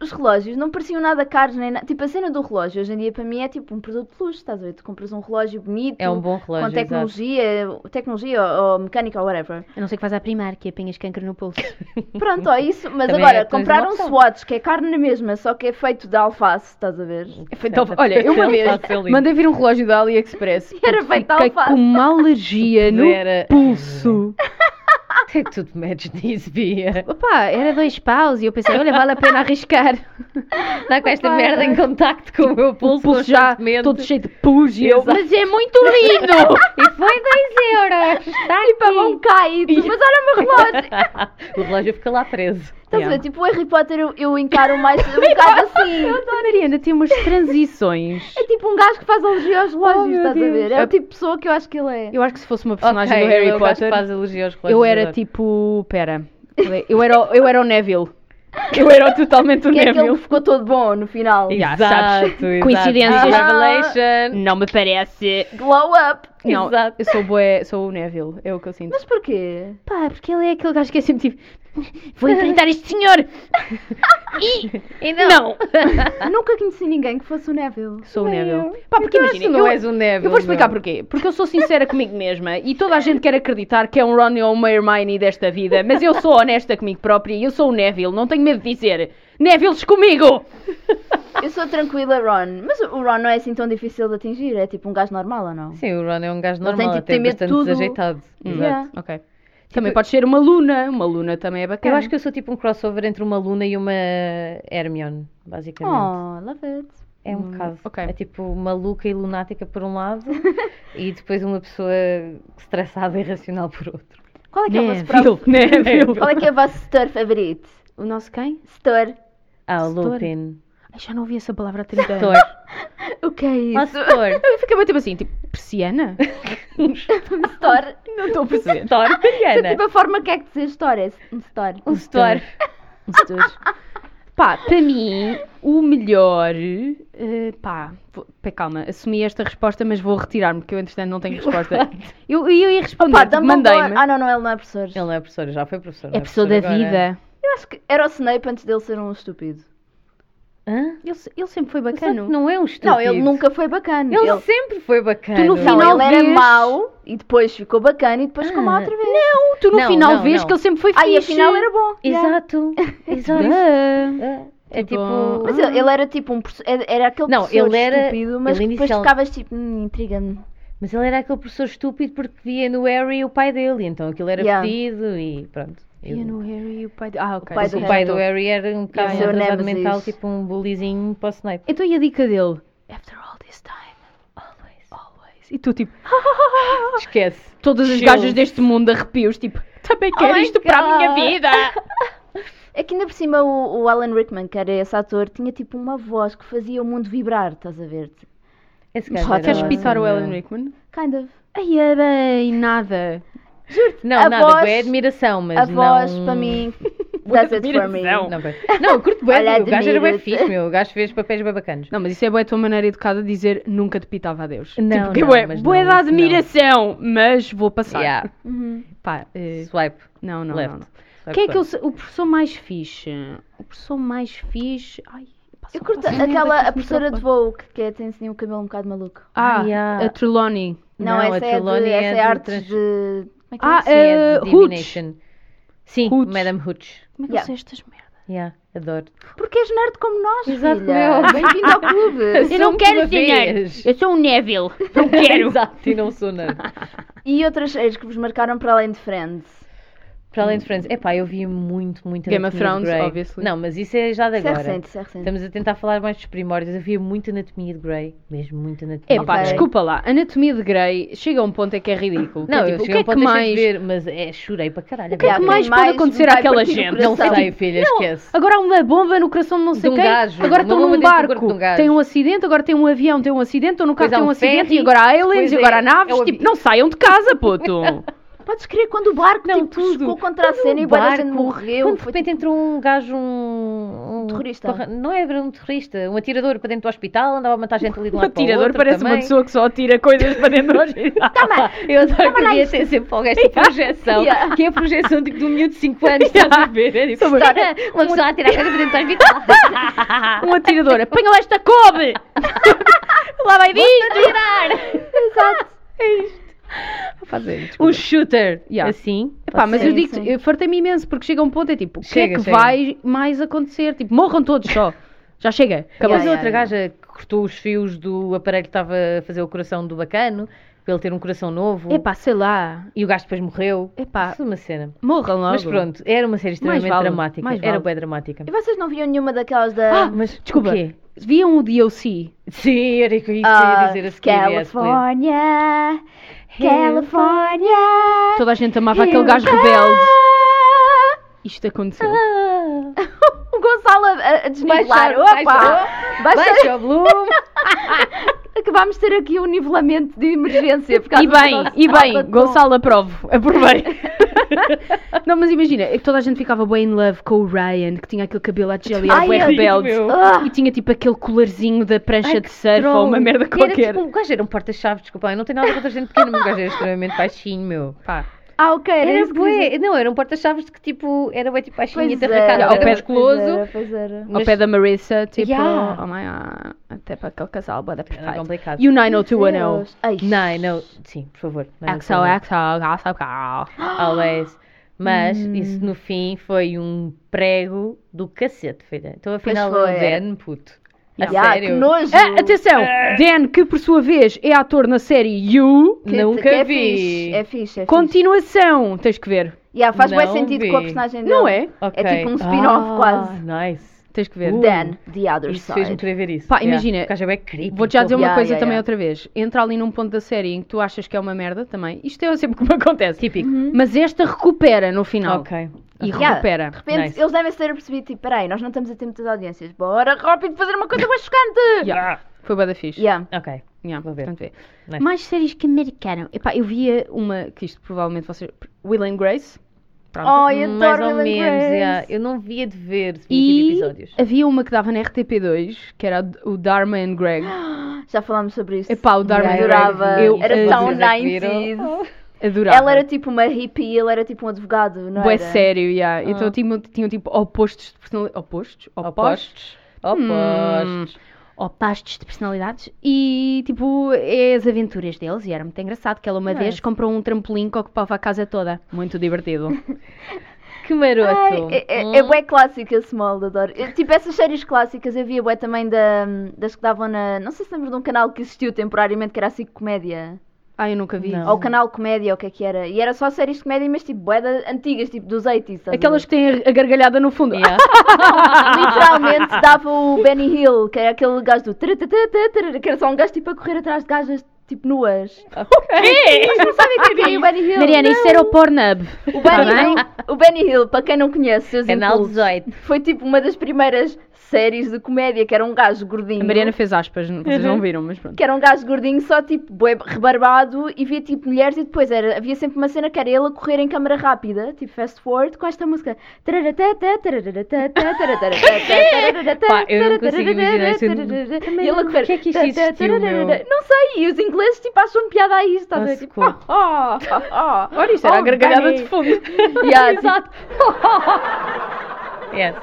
Speaker 3: os relógios não pareciam nada caros nem nada. Tipo, a cena do relógio hoje em dia para mim é tipo um produto de luxo, estás a ver? Tu compras um relógio bonito,
Speaker 2: É
Speaker 1: assim.
Speaker 2: um bom relógio,
Speaker 3: com tecnologia, tecnologia ou, ou mecânica ou whatever.
Speaker 1: Eu não sei o que faz à primeira, que apanhas cancro no pulso.
Speaker 3: Pronto, ó, isso. Mas
Speaker 2: Também é-
Speaker 3: agora,
Speaker 2: tens
Speaker 3: comprar
Speaker 2: uma
Speaker 3: um
Speaker 2: opção.
Speaker 3: swatch que é carne na mesma, só que é feito de alface, estás a ver?
Speaker 1: Então, olha, eu uma vez mandei vir um relógio da AliExpress.
Speaker 3: era
Speaker 1: porque
Speaker 3: feito de
Speaker 1: fiquei
Speaker 3: alface.
Speaker 1: com uma alergia no
Speaker 2: Era-
Speaker 1: pulso. Ah.
Speaker 2: Até que tu te metes nisso, Bia.
Speaker 1: Opa, era dois paus e eu pensei, olha, vale a pena arriscar.
Speaker 2: Está com esta merda em contacto com o meu
Speaker 1: O
Speaker 2: pulso,
Speaker 1: pulso já
Speaker 2: constantemente.
Speaker 1: todo cheio de pus e eu...
Speaker 2: Exato.
Speaker 1: Mas é muito lindo!
Speaker 2: E foi 2 euros. Está
Speaker 3: Tipo, a mão cai, e tu, mas olha o meu relógio!
Speaker 2: aqui. O relógio fica lá preso.
Speaker 3: Estás a ver? Tipo, o Harry Potter eu, eu encaro mais um bocado assim.
Speaker 1: A Mariana tem umas transições.
Speaker 3: É tipo um gajo que faz alergia aos relógios,
Speaker 1: Oh, meu
Speaker 3: estás a
Speaker 1: Deus.
Speaker 3: ver? É o tipo de pessoa que eu acho que ele é.
Speaker 1: Eu acho que se fosse uma personagem
Speaker 2: Ok, é
Speaker 1: do Harry
Speaker 2: eu gosto de
Speaker 1: Potter,
Speaker 2: fazer elogios aos relógios,
Speaker 1: eu era
Speaker 2: adoro.
Speaker 1: tipo. Pera. Eu era, o- eu era o Neville. Eu era o- totalmente o
Speaker 3: Que é aquele
Speaker 1: Neville.
Speaker 3: que ficou todo bom no final.
Speaker 1: Já,
Speaker 2: Exato,
Speaker 1: sabes.
Speaker 2: exato. Ah.
Speaker 1: Coincidências.
Speaker 2: Revelation.
Speaker 1: Não me parece.
Speaker 3: Glow up!
Speaker 1: Não,
Speaker 2: Exato.
Speaker 1: eu sou, bué, sou o Neville. É o que eu sinto.
Speaker 3: Mas porquê?
Speaker 1: pá, porque ele é aquele gajo que é sempre tipo. Vou enfrentar este senhor!
Speaker 2: E não.
Speaker 3: Nunca conheci ninguém que fosse o Neville.
Speaker 1: Sou o
Speaker 2: Nem
Speaker 1: Neville.
Speaker 2: eu.
Speaker 1: Pá, porque
Speaker 2: Então,
Speaker 1: imagina.
Speaker 2: se não
Speaker 1: assim, eu,
Speaker 2: és o Neville,
Speaker 1: eu vou explicar
Speaker 2: meu.
Speaker 1: porquê. Porque eu sou sincera comigo mesma e toda a gente quer acreditar que é um Ron ou uma Hermione desta vida, mas eu sou honesta comigo própria e eu sou o Neville, não tenho medo de dizer. Nevilles comigo!
Speaker 3: Eu sou tranquila, Ron. Mas o Ron não é assim tão difícil de atingir. É tipo um gajo normal ou não?
Speaker 2: Sim, o Ron é um gajo
Speaker 3: Ele tem,
Speaker 2: normal,
Speaker 3: tipo,
Speaker 2: até
Speaker 3: tem medo de
Speaker 2: bastante
Speaker 3: tudo.
Speaker 2: desajeitado.
Speaker 3: Yeah.
Speaker 2: Exato.
Speaker 1: Ok. Tipo, também pode ser uma Luna, uma Luna também é bacana.
Speaker 2: Eu acho que eu sou tipo um crossover entre uma Luna e uma Hermione, basicamente.
Speaker 3: Oh, love it.
Speaker 2: é um bocado.
Speaker 1: ok.
Speaker 2: É tipo maluca e lunática por um lado e depois uma pessoa estressada e irracional por outro.
Speaker 3: Qual é que é o vosso
Speaker 1: Neville,
Speaker 3: próximo?
Speaker 1: Neville.
Speaker 3: Qual é que é o vosso setor favorito?
Speaker 1: O nosso quem?
Speaker 3: Setor.
Speaker 2: Ah, o
Speaker 1: Setor.
Speaker 2: Lupin.
Speaker 1: Ai, já não ouvi essa palavra há 30 anos.
Speaker 2: Thor.
Speaker 3: O que é
Speaker 2: Ah,
Speaker 3: isso?
Speaker 2: Thor.
Speaker 1: Eu fiquei bem tipo assim, tipo, persiana?
Speaker 3: Setor.
Speaker 1: Não estou a perceber.
Speaker 2: Thor,
Speaker 3: É
Speaker 2: Mariana.
Speaker 3: tipo a forma que é que dizer setor. É um setor.
Speaker 2: Um Thor.
Speaker 1: Pá, para mim, o melhor. eh, pá, vou- pá, calma, assumi esta resposta, mas vou retirar-me, porque eu entretanto não tenho resposta. Eu, eu ia responder,
Speaker 3: Pá,
Speaker 1: tipo,
Speaker 3: Dumbledore.
Speaker 1: mandei-me.
Speaker 3: Ah, não, não, ele não é professor.
Speaker 2: Ele não é professor, já foi professor. não
Speaker 1: é pessoa da
Speaker 2: professor agora.
Speaker 1: vida.
Speaker 3: Eu acho que era o Snape antes dele ser um estúpido.
Speaker 2: Hã?
Speaker 1: Ele, se- ele sempre foi
Speaker 2: Só que
Speaker 1: bacano.
Speaker 2: não é um estúpido.
Speaker 3: Não, ele nunca foi bacana.
Speaker 2: Ele, é sempre foi bacana.
Speaker 1: Tu no
Speaker 3: Não,
Speaker 1: final
Speaker 3: ele era
Speaker 1: vês-
Speaker 3: mau e depois ficou bacana e depois ficou mau outra vez.
Speaker 1: Não, tu no
Speaker 2: Não,
Speaker 1: final
Speaker 2: não,
Speaker 1: vês
Speaker 2: não.
Speaker 1: que ele sempre foi fixe. Ah.
Speaker 3: Ai, afinal era bom. yeah.
Speaker 2: Exato, exato.
Speaker 1: tipo Bem.
Speaker 2: É tipo.
Speaker 1: Tipo,
Speaker 3: Mas ele, ele era tipo um perso- era- era aquele
Speaker 2: Não,
Speaker 3: professor
Speaker 2: ele era-
Speaker 3: estúpido, mas
Speaker 2: ele
Speaker 3: que depois
Speaker 2: inicial-
Speaker 3: ficavas tipo, hum, intriga-me.
Speaker 2: Mas ele era aquele professor estúpido porque via no Harry o pai dele, então aquilo era
Speaker 3: Yeah.
Speaker 2: fedido e pronto.
Speaker 1: E eu no Harry e o pai do... Ah, ok.
Speaker 3: pai
Speaker 2: Mas
Speaker 3: do
Speaker 2: o
Speaker 1: sim.
Speaker 2: pai
Speaker 3: Harry.
Speaker 2: do Harry era um bocado
Speaker 3: Yeah.
Speaker 2: atrasado
Speaker 3: Seu
Speaker 2: mental,
Speaker 3: Nemesis.
Speaker 2: tipo um bullyzinho para o Snape.
Speaker 1: Então e a dica dele? After all this time, always. E tu tipo,
Speaker 2: Esquece.
Speaker 1: todas as
Speaker 2: Chills.
Speaker 1: gajas deste mundo arrepios, tipo, também quero
Speaker 3: my
Speaker 1: isto para a minha
Speaker 3: God.
Speaker 1: vida.
Speaker 3: É que ainda por cima o, o Alan Rickman, que era esse ator, tinha tipo uma voz que fazia o mundo vibrar, estás a ver?
Speaker 2: Esse
Speaker 3: Mas
Speaker 2: gajo
Speaker 3: só
Speaker 2: era assim,
Speaker 1: Queres
Speaker 3: Caralho.
Speaker 2: awesome,
Speaker 1: pitar o
Speaker 2: meu.
Speaker 1: Alan Rickman?
Speaker 3: Kind of.
Speaker 1: Ai, é bem, nada.
Speaker 2: Não,
Speaker 3: A
Speaker 2: nada,
Speaker 3: voz-
Speaker 2: boa admiração, mas
Speaker 3: a
Speaker 2: não...
Speaker 3: voz, para mim, that's it for me.
Speaker 1: admiração.
Speaker 2: Não, bem. não eu curto
Speaker 3: Olha,
Speaker 2: bem, o gajo era bem
Speaker 3: admiro-te.
Speaker 2: fixe, meu. O gajo fez papéis bem bacanas.
Speaker 1: Não, mas isso é boa a tua maneira educada de dizer nunca te pitava a Deus. tipo,
Speaker 2: Não,
Speaker 1: que
Speaker 2: não,
Speaker 1: bué,
Speaker 2: mas
Speaker 1: bué
Speaker 2: não,
Speaker 1: da
Speaker 2: isso não.
Speaker 1: admiração, mas vou passar.
Speaker 2: Yeah.
Speaker 3: Uhum.
Speaker 1: Pá, eh,
Speaker 2: Swipe.
Speaker 1: não, não,
Speaker 2: Left.
Speaker 1: não. não.
Speaker 2: Swipe
Speaker 1: Quem é que eu,
Speaker 2: left.
Speaker 1: se- o professor mais fixe? O professor mais fixe. Ai, passa,
Speaker 3: Eu curto
Speaker 1: passa merda que
Speaker 3: aquela a
Speaker 2: é
Speaker 1: isso me
Speaker 3: professora de
Speaker 1: preocupa.
Speaker 3: voo que, que tem assim o cabelo um bocado maluco.
Speaker 1: Ah,
Speaker 2: Ah, yeah.
Speaker 1: a Trelawney.
Speaker 3: Não,
Speaker 2: Não, a
Speaker 3: essa, é de,
Speaker 2: Trelawney é
Speaker 3: essa
Speaker 2: de
Speaker 3: é artes
Speaker 2: trans-
Speaker 3: de. Como é que
Speaker 1: Ah,
Speaker 2: Sim, é
Speaker 1: eh,
Speaker 2: de
Speaker 1: Hooch.
Speaker 2: Divination. Sim,
Speaker 1: Hooch.
Speaker 2: Madame Hooch.
Speaker 1: Como é que
Speaker 3: Yeah.
Speaker 1: eu sei estas merdas?
Speaker 2: Yeah, adoro.
Speaker 3: é? Porque és nerd como nós,
Speaker 2: Exato,
Speaker 3: filha.
Speaker 2: meu. Assim
Speaker 3: Bem-vindo ao clube.
Speaker 4: Eu não
Speaker 2: Sou
Speaker 4: quero
Speaker 2: uma
Speaker 4: dinheiro.
Speaker 2: vez.
Speaker 4: Eu sou um Neville. Não quero.
Speaker 2: Exato, e não sou nada.
Speaker 3: e outras séries que vos marcaram para além de Friends.
Speaker 2: Para além de Friends, epá, eu vi muito, muito
Speaker 1: Game
Speaker 2: Anatomia
Speaker 1: of Thrones,
Speaker 2: de Grey.
Speaker 1: obviously.
Speaker 2: Não, mas isso é já de
Speaker 3: Isso é
Speaker 2: agora.
Speaker 3: recente, isso é recente.
Speaker 2: Estamos a tentar falar mais dos primórdios. Havia muita Anatomia de Grey, mesmo muita Anatomia
Speaker 1: Epá,
Speaker 2: de Grey.
Speaker 1: desculpa lá. Anatomia de Grey chega a um ponto em que é ridículo. que
Speaker 2: Não,
Speaker 1: é, tipo, o
Speaker 2: eu
Speaker 1: que
Speaker 2: cheguei
Speaker 1: é
Speaker 2: ao ponto
Speaker 1: que
Speaker 2: de deixar
Speaker 1: mais.
Speaker 2: de ver, mas é, chorei para caralho.
Speaker 1: O que é que
Speaker 3: quem
Speaker 1: mais
Speaker 3: mais
Speaker 1: pode acontecer
Speaker 3: vai
Speaker 1: àquela
Speaker 3: partir o
Speaker 1: gente?
Speaker 2: Não
Speaker 3: coração?
Speaker 1: É
Speaker 2: sei,
Speaker 1: tipo,
Speaker 2: filha,
Speaker 1: não,
Speaker 2: esquece.
Speaker 1: Agora há uma bomba no coração de não sei
Speaker 2: De um
Speaker 1: quem.
Speaker 2: gajo,
Speaker 1: agora
Speaker 2: uma
Speaker 1: estão
Speaker 2: bomba
Speaker 1: num
Speaker 2: dentro do corpo
Speaker 1: barco.
Speaker 2: de um gajo.
Speaker 1: Tem um acidente, agora tem um avião, tem um acidente, estão num carro,
Speaker 2: Depois há
Speaker 4: é,
Speaker 1: tem um
Speaker 2: um
Speaker 1: acidente,
Speaker 2: ferry,
Speaker 1: e agora há aliens,
Speaker 2: depois
Speaker 1: e agora
Speaker 2: é-
Speaker 1: há
Speaker 4: um
Speaker 1: naves.
Speaker 2: é o
Speaker 1: tipo,
Speaker 2: avi-
Speaker 1: não saiam de casa, puto.
Speaker 3: Podes crer quando o barco
Speaker 2: Não,
Speaker 3: tipo,
Speaker 2: tudo.
Speaker 3: chocou contra a
Speaker 2: Quando
Speaker 1: um
Speaker 3: cena
Speaker 2: o
Speaker 3: e boa da
Speaker 2: barco-
Speaker 3: gente morreu.
Speaker 2: Quando de
Speaker 3: foi,
Speaker 2: repente
Speaker 1: tipo-
Speaker 2: entrou um gajo, um... um
Speaker 3: terrorista.
Speaker 2: porra- Não era um terrorista, um atirador para dentro do hospital, andava a matar gente ali de um
Speaker 1: Um
Speaker 2: lado para o
Speaker 1: atirador
Speaker 2: outro
Speaker 1: parece uma
Speaker 2: também.
Speaker 1: pessoa que só atira coisas para dentro do hospital.
Speaker 3: Toma!
Speaker 2: Tá, Eu adoro que devia ter sempre alguém esta projeção,
Speaker 3: Yeah.
Speaker 2: que é a projeção tipo, de um miúdo de 5 anos, estás a ver? É tipo,
Speaker 1: Sobre-
Speaker 2: uma pessoa a tirar a coisa para dentro do hospital.
Speaker 1: Um atirador, apanha lá esta cobre! lá vai
Speaker 3: tipo-
Speaker 1: disto!
Speaker 2: Um shooter,
Speaker 1: Yeah.
Speaker 2: assim.
Speaker 1: Epá, mas
Speaker 3: Sim,
Speaker 1: eu digo,
Speaker 3: sim.
Speaker 1: eu fartei-me imenso, porque chega um ponto, é tipo, o que é
Speaker 2: Chega,
Speaker 1: que
Speaker 2: chega.
Speaker 1: vai mais acontecer? Tipo, morram todos só. Já chega. Acabou.
Speaker 2: Mas
Speaker 3: Yeah,
Speaker 2: outra
Speaker 3: yeah,
Speaker 2: gaja que cortou os fios do aparelho que estava a fazer o coração do bacano, para ele ter um coração novo,
Speaker 1: Epá, sei lá.
Speaker 2: e o gajo depois morreu.
Speaker 1: Epá.
Speaker 2: Isso é uma cena.
Speaker 1: Morram logo.
Speaker 2: Mas pronto, era uma série extremamente
Speaker 1: vale,
Speaker 2: dramática.
Speaker 1: mais
Speaker 2: Era
Speaker 1: vale.
Speaker 2: bem dramática.
Speaker 3: E vocês não viam nenhuma daquelas da.
Speaker 1: Ah, mas desculpa.
Speaker 2: o quê?
Speaker 1: Viam o DOC?
Speaker 2: Sim, era isso que eu ia
Speaker 3: Ah,
Speaker 2: dizer a seguir. California.
Speaker 3: California, California.
Speaker 1: Toda a gente amava
Speaker 3: here
Speaker 1: aquele gajo
Speaker 3: we
Speaker 1: rebelde.
Speaker 3: go.
Speaker 1: Isto aconteceu.
Speaker 2: Ah,
Speaker 3: O Gonçalo a, a desnivelar.
Speaker 2: Baixa-
Speaker 3: Opa!
Speaker 2: baixa-
Speaker 3: Ah, Baixa-
Speaker 2: Baixa o Bloom!
Speaker 3: Acabámos de ter aqui um nivelamento de emergência. por causa
Speaker 1: E
Speaker 3: do
Speaker 1: bem,
Speaker 3: nosso
Speaker 1: e
Speaker 3: alto
Speaker 1: bem,
Speaker 3: tom.
Speaker 1: Gonçalo aprovo. Aprovei. Não, mas imagina, é que toda a gente ficava bem in love com o Ryan, que tinha aquele cabelo à gel e era
Speaker 3: Ai,
Speaker 1: bué
Speaker 2: é
Speaker 3: eu digo,
Speaker 1: rebelde.
Speaker 2: meu.
Speaker 3: Ah,
Speaker 1: E tinha tipo aquele colarzinho da prancha de surf ou tipo uma merda
Speaker 2: E Era,
Speaker 1: qualquer.
Speaker 2: tipo, um gajo era um porta-chaves, desculpa, eu não tenho nada contra gente pequena, mas o gajo era extremamente baixinho, meu.
Speaker 1: Pá.
Speaker 3: ah, ok. Era,
Speaker 2: Era
Speaker 3: isso que dizias.
Speaker 2: bué, não, era um porta-chaves que tipo, era bué tipo baixinho e
Speaker 3: Pois é.
Speaker 2: atarracado,
Speaker 3: era,
Speaker 1: ao
Speaker 2: era
Speaker 1: pé-
Speaker 2: musculoso.
Speaker 3: Pois era, pois era.
Speaker 1: Ao
Speaker 2: Mas-
Speaker 1: pé da Marissa, tipo,
Speaker 2: Yeah.
Speaker 1: oh my God, até para aquele casal, bué da
Speaker 2: Era
Speaker 1: perfeito.
Speaker 2: complicado.
Speaker 1: E o 90210.
Speaker 3: Deus. Ai,
Speaker 2: Não, não, sim, por favor. não, é
Speaker 1: XOXO,
Speaker 2: não.
Speaker 1: gossip girl.
Speaker 2: Always. é Mas
Speaker 3: Hum.
Speaker 2: isso no fim foi um prego do cacete, filha. Então afinal
Speaker 3: Pois
Speaker 2: é o
Speaker 3: foi. Ah,
Speaker 2: Dan, puto. A
Speaker 3: Yeah,
Speaker 2: sério.
Speaker 3: que nojo.
Speaker 1: Ah, atenção! Dan, que por sua vez é ator na série You,
Speaker 3: Que-
Speaker 2: Nunca
Speaker 3: que é
Speaker 2: vi.
Speaker 3: Fixe, é fixe, é fixe.
Speaker 1: continuação, tens que ver.
Speaker 3: Yeah, faz mais
Speaker 2: Não
Speaker 3: sentido
Speaker 2: vi.
Speaker 3: com a personagem dele.
Speaker 1: Não é?
Speaker 2: Ok.
Speaker 3: É tipo um spin-off
Speaker 2: Ah,
Speaker 3: quase.
Speaker 2: Nice.
Speaker 1: Tens que ver.
Speaker 2: Uh,
Speaker 3: Dan, The Other
Speaker 2: Isso fez-me
Speaker 3: Side.
Speaker 2: querer ver isso.
Speaker 1: Pá,
Speaker 2: Yeah.
Speaker 1: imagina,
Speaker 2: O gajo é bem creepy.
Speaker 1: Vou-te já dizer uma
Speaker 3: Yeah,
Speaker 1: coisa
Speaker 3: yeah,
Speaker 1: também
Speaker 3: yeah.
Speaker 1: outra vez. Entra ali num ponto da série em que tu achas que é uma merda também. Isto é sempre como acontece. Uhum.
Speaker 2: Típico.
Speaker 1: Mas esta recupera no final.
Speaker 2: Ok.
Speaker 1: E
Speaker 3: Yeah.
Speaker 1: recupera.
Speaker 3: De repente,
Speaker 2: Nice.
Speaker 3: eles devem ter percebido, tipo, peraí, nós não estamos a tempo das audiências. Bora rápido fazer uma coisa mais chocante.
Speaker 1: Yeah. Foi bada fixe.
Speaker 3: Yeah.
Speaker 2: Ok.
Speaker 1: Yeah,
Speaker 2: Vou ver.
Speaker 1: portanto vê.
Speaker 2: Nice.
Speaker 1: Mais séries que marcaram. Epá, eu via uma que isto provavelmente vocês. Will and Grace. Pronto.
Speaker 3: Oh, eu adoro
Speaker 2: Mais ou
Speaker 3: Will and
Speaker 2: menos,
Speaker 3: Grace.
Speaker 2: yeah. Eu não via de ver 20
Speaker 1: e
Speaker 2: episódios.
Speaker 1: havia uma que dava na RTP2 que era o Dharma and Greg.
Speaker 3: Já falámos sobre isso.
Speaker 1: Epá, o Dharma and
Speaker 2: Yeah, eu
Speaker 1: Greg.
Speaker 3: adorava.
Speaker 1: Eu
Speaker 3: era tão
Speaker 2: vocês é que viram?
Speaker 3: 90s.
Speaker 1: adorava.
Speaker 3: Ela era tipo uma hippie, ele era tipo um advogado, não
Speaker 1: Bué
Speaker 3: era?
Speaker 1: sério, yeah.
Speaker 2: Ah. Oh,
Speaker 1: Então tinham, tinham tipo opostos de personalidade. Opostos? Opostos?
Speaker 2: Opostos.
Speaker 3: Hum.
Speaker 2: Opostos.
Speaker 4: opostos de personalidades e tipo é as aventuras deles e era muito engraçado que ela uma
Speaker 2: Não é?
Speaker 4: vez comprou um trampolim que ocupava a casa toda.
Speaker 1: Muito divertido.
Speaker 2: Que maroto.
Speaker 3: Ai, é, é, é bué clássico esse molde, adoro. Eu, tipo, essas séries clássicas eu via bué também da, das que davam na... Não sei se lembro de um canal que existiu temporariamente, que era assim Comédia.
Speaker 1: Ah, eu nunca vi.
Speaker 2: Não.
Speaker 1: isso.
Speaker 3: Ou canal Comédia, ou o que é que era. E era só séries de comédia, mas tipo, bué da- antigas, tipo dos 80s. estás a ver?
Speaker 1: Aquelas que têm a- a gargalhada no fundo. Ah,
Speaker 2: Yeah.
Speaker 3: Literalmente dava o Benny Hill, que era aquele gajo do... taratatatara, Que era só um gajo tipo a correr atrás de gajas tipo nuas.
Speaker 2: Ok.
Speaker 3: Não sabem quem foi o Benny Hill?
Speaker 4: Mariana, isso era o Pornhub.
Speaker 3: O
Speaker 4: Tá
Speaker 3: Benny,
Speaker 4: bem?
Speaker 3: Hill, o Benny Hill, para quem não conhece, seus
Speaker 2: Canal
Speaker 3: impulsos,
Speaker 2: 18.
Speaker 3: foi tipo uma das primeiras séries de comédia que era um gajo gordinho.
Speaker 1: A Mariana fez aspas, não- vocês não viram, mas pronto.
Speaker 3: Que era um gajo gordinho, só tipo bué rebarbado e via tipo mulheres e depois era, havia sempre uma cena que era ele a correr em câmara rápida, tipo fast forward, com esta música. Tararatatá, tararatatá, tararatatá, tararatatá,
Speaker 2: Pá, eu não consigo
Speaker 3: tararatatá,
Speaker 2: imaginar isso.
Speaker 3: tararatatá,
Speaker 2: Também
Speaker 3: e ele a
Speaker 2: não-
Speaker 3: correr,
Speaker 2: porque é que isto
Speaker 3: tá, tá,
Speaker 2: existiu, meu?
Speaker 3: tararatatá. Não sei, e os ingleses tipo acham piada a isto, estás a ver?
Speaker 2: Nossa,
Speaker 3: Tipo,
Speaker 2: como?
Speaker 3: oh, oh, oh, oh.
Speaker 1: Olha, isto é era a
Speaker 3: Oh,
Speaker 1: gargalhada
Speaker 3: Benny.
Speaker 1: de fundo.
Speaker 3: Yeah, tipo,
Speaker 2: Exato. Yes.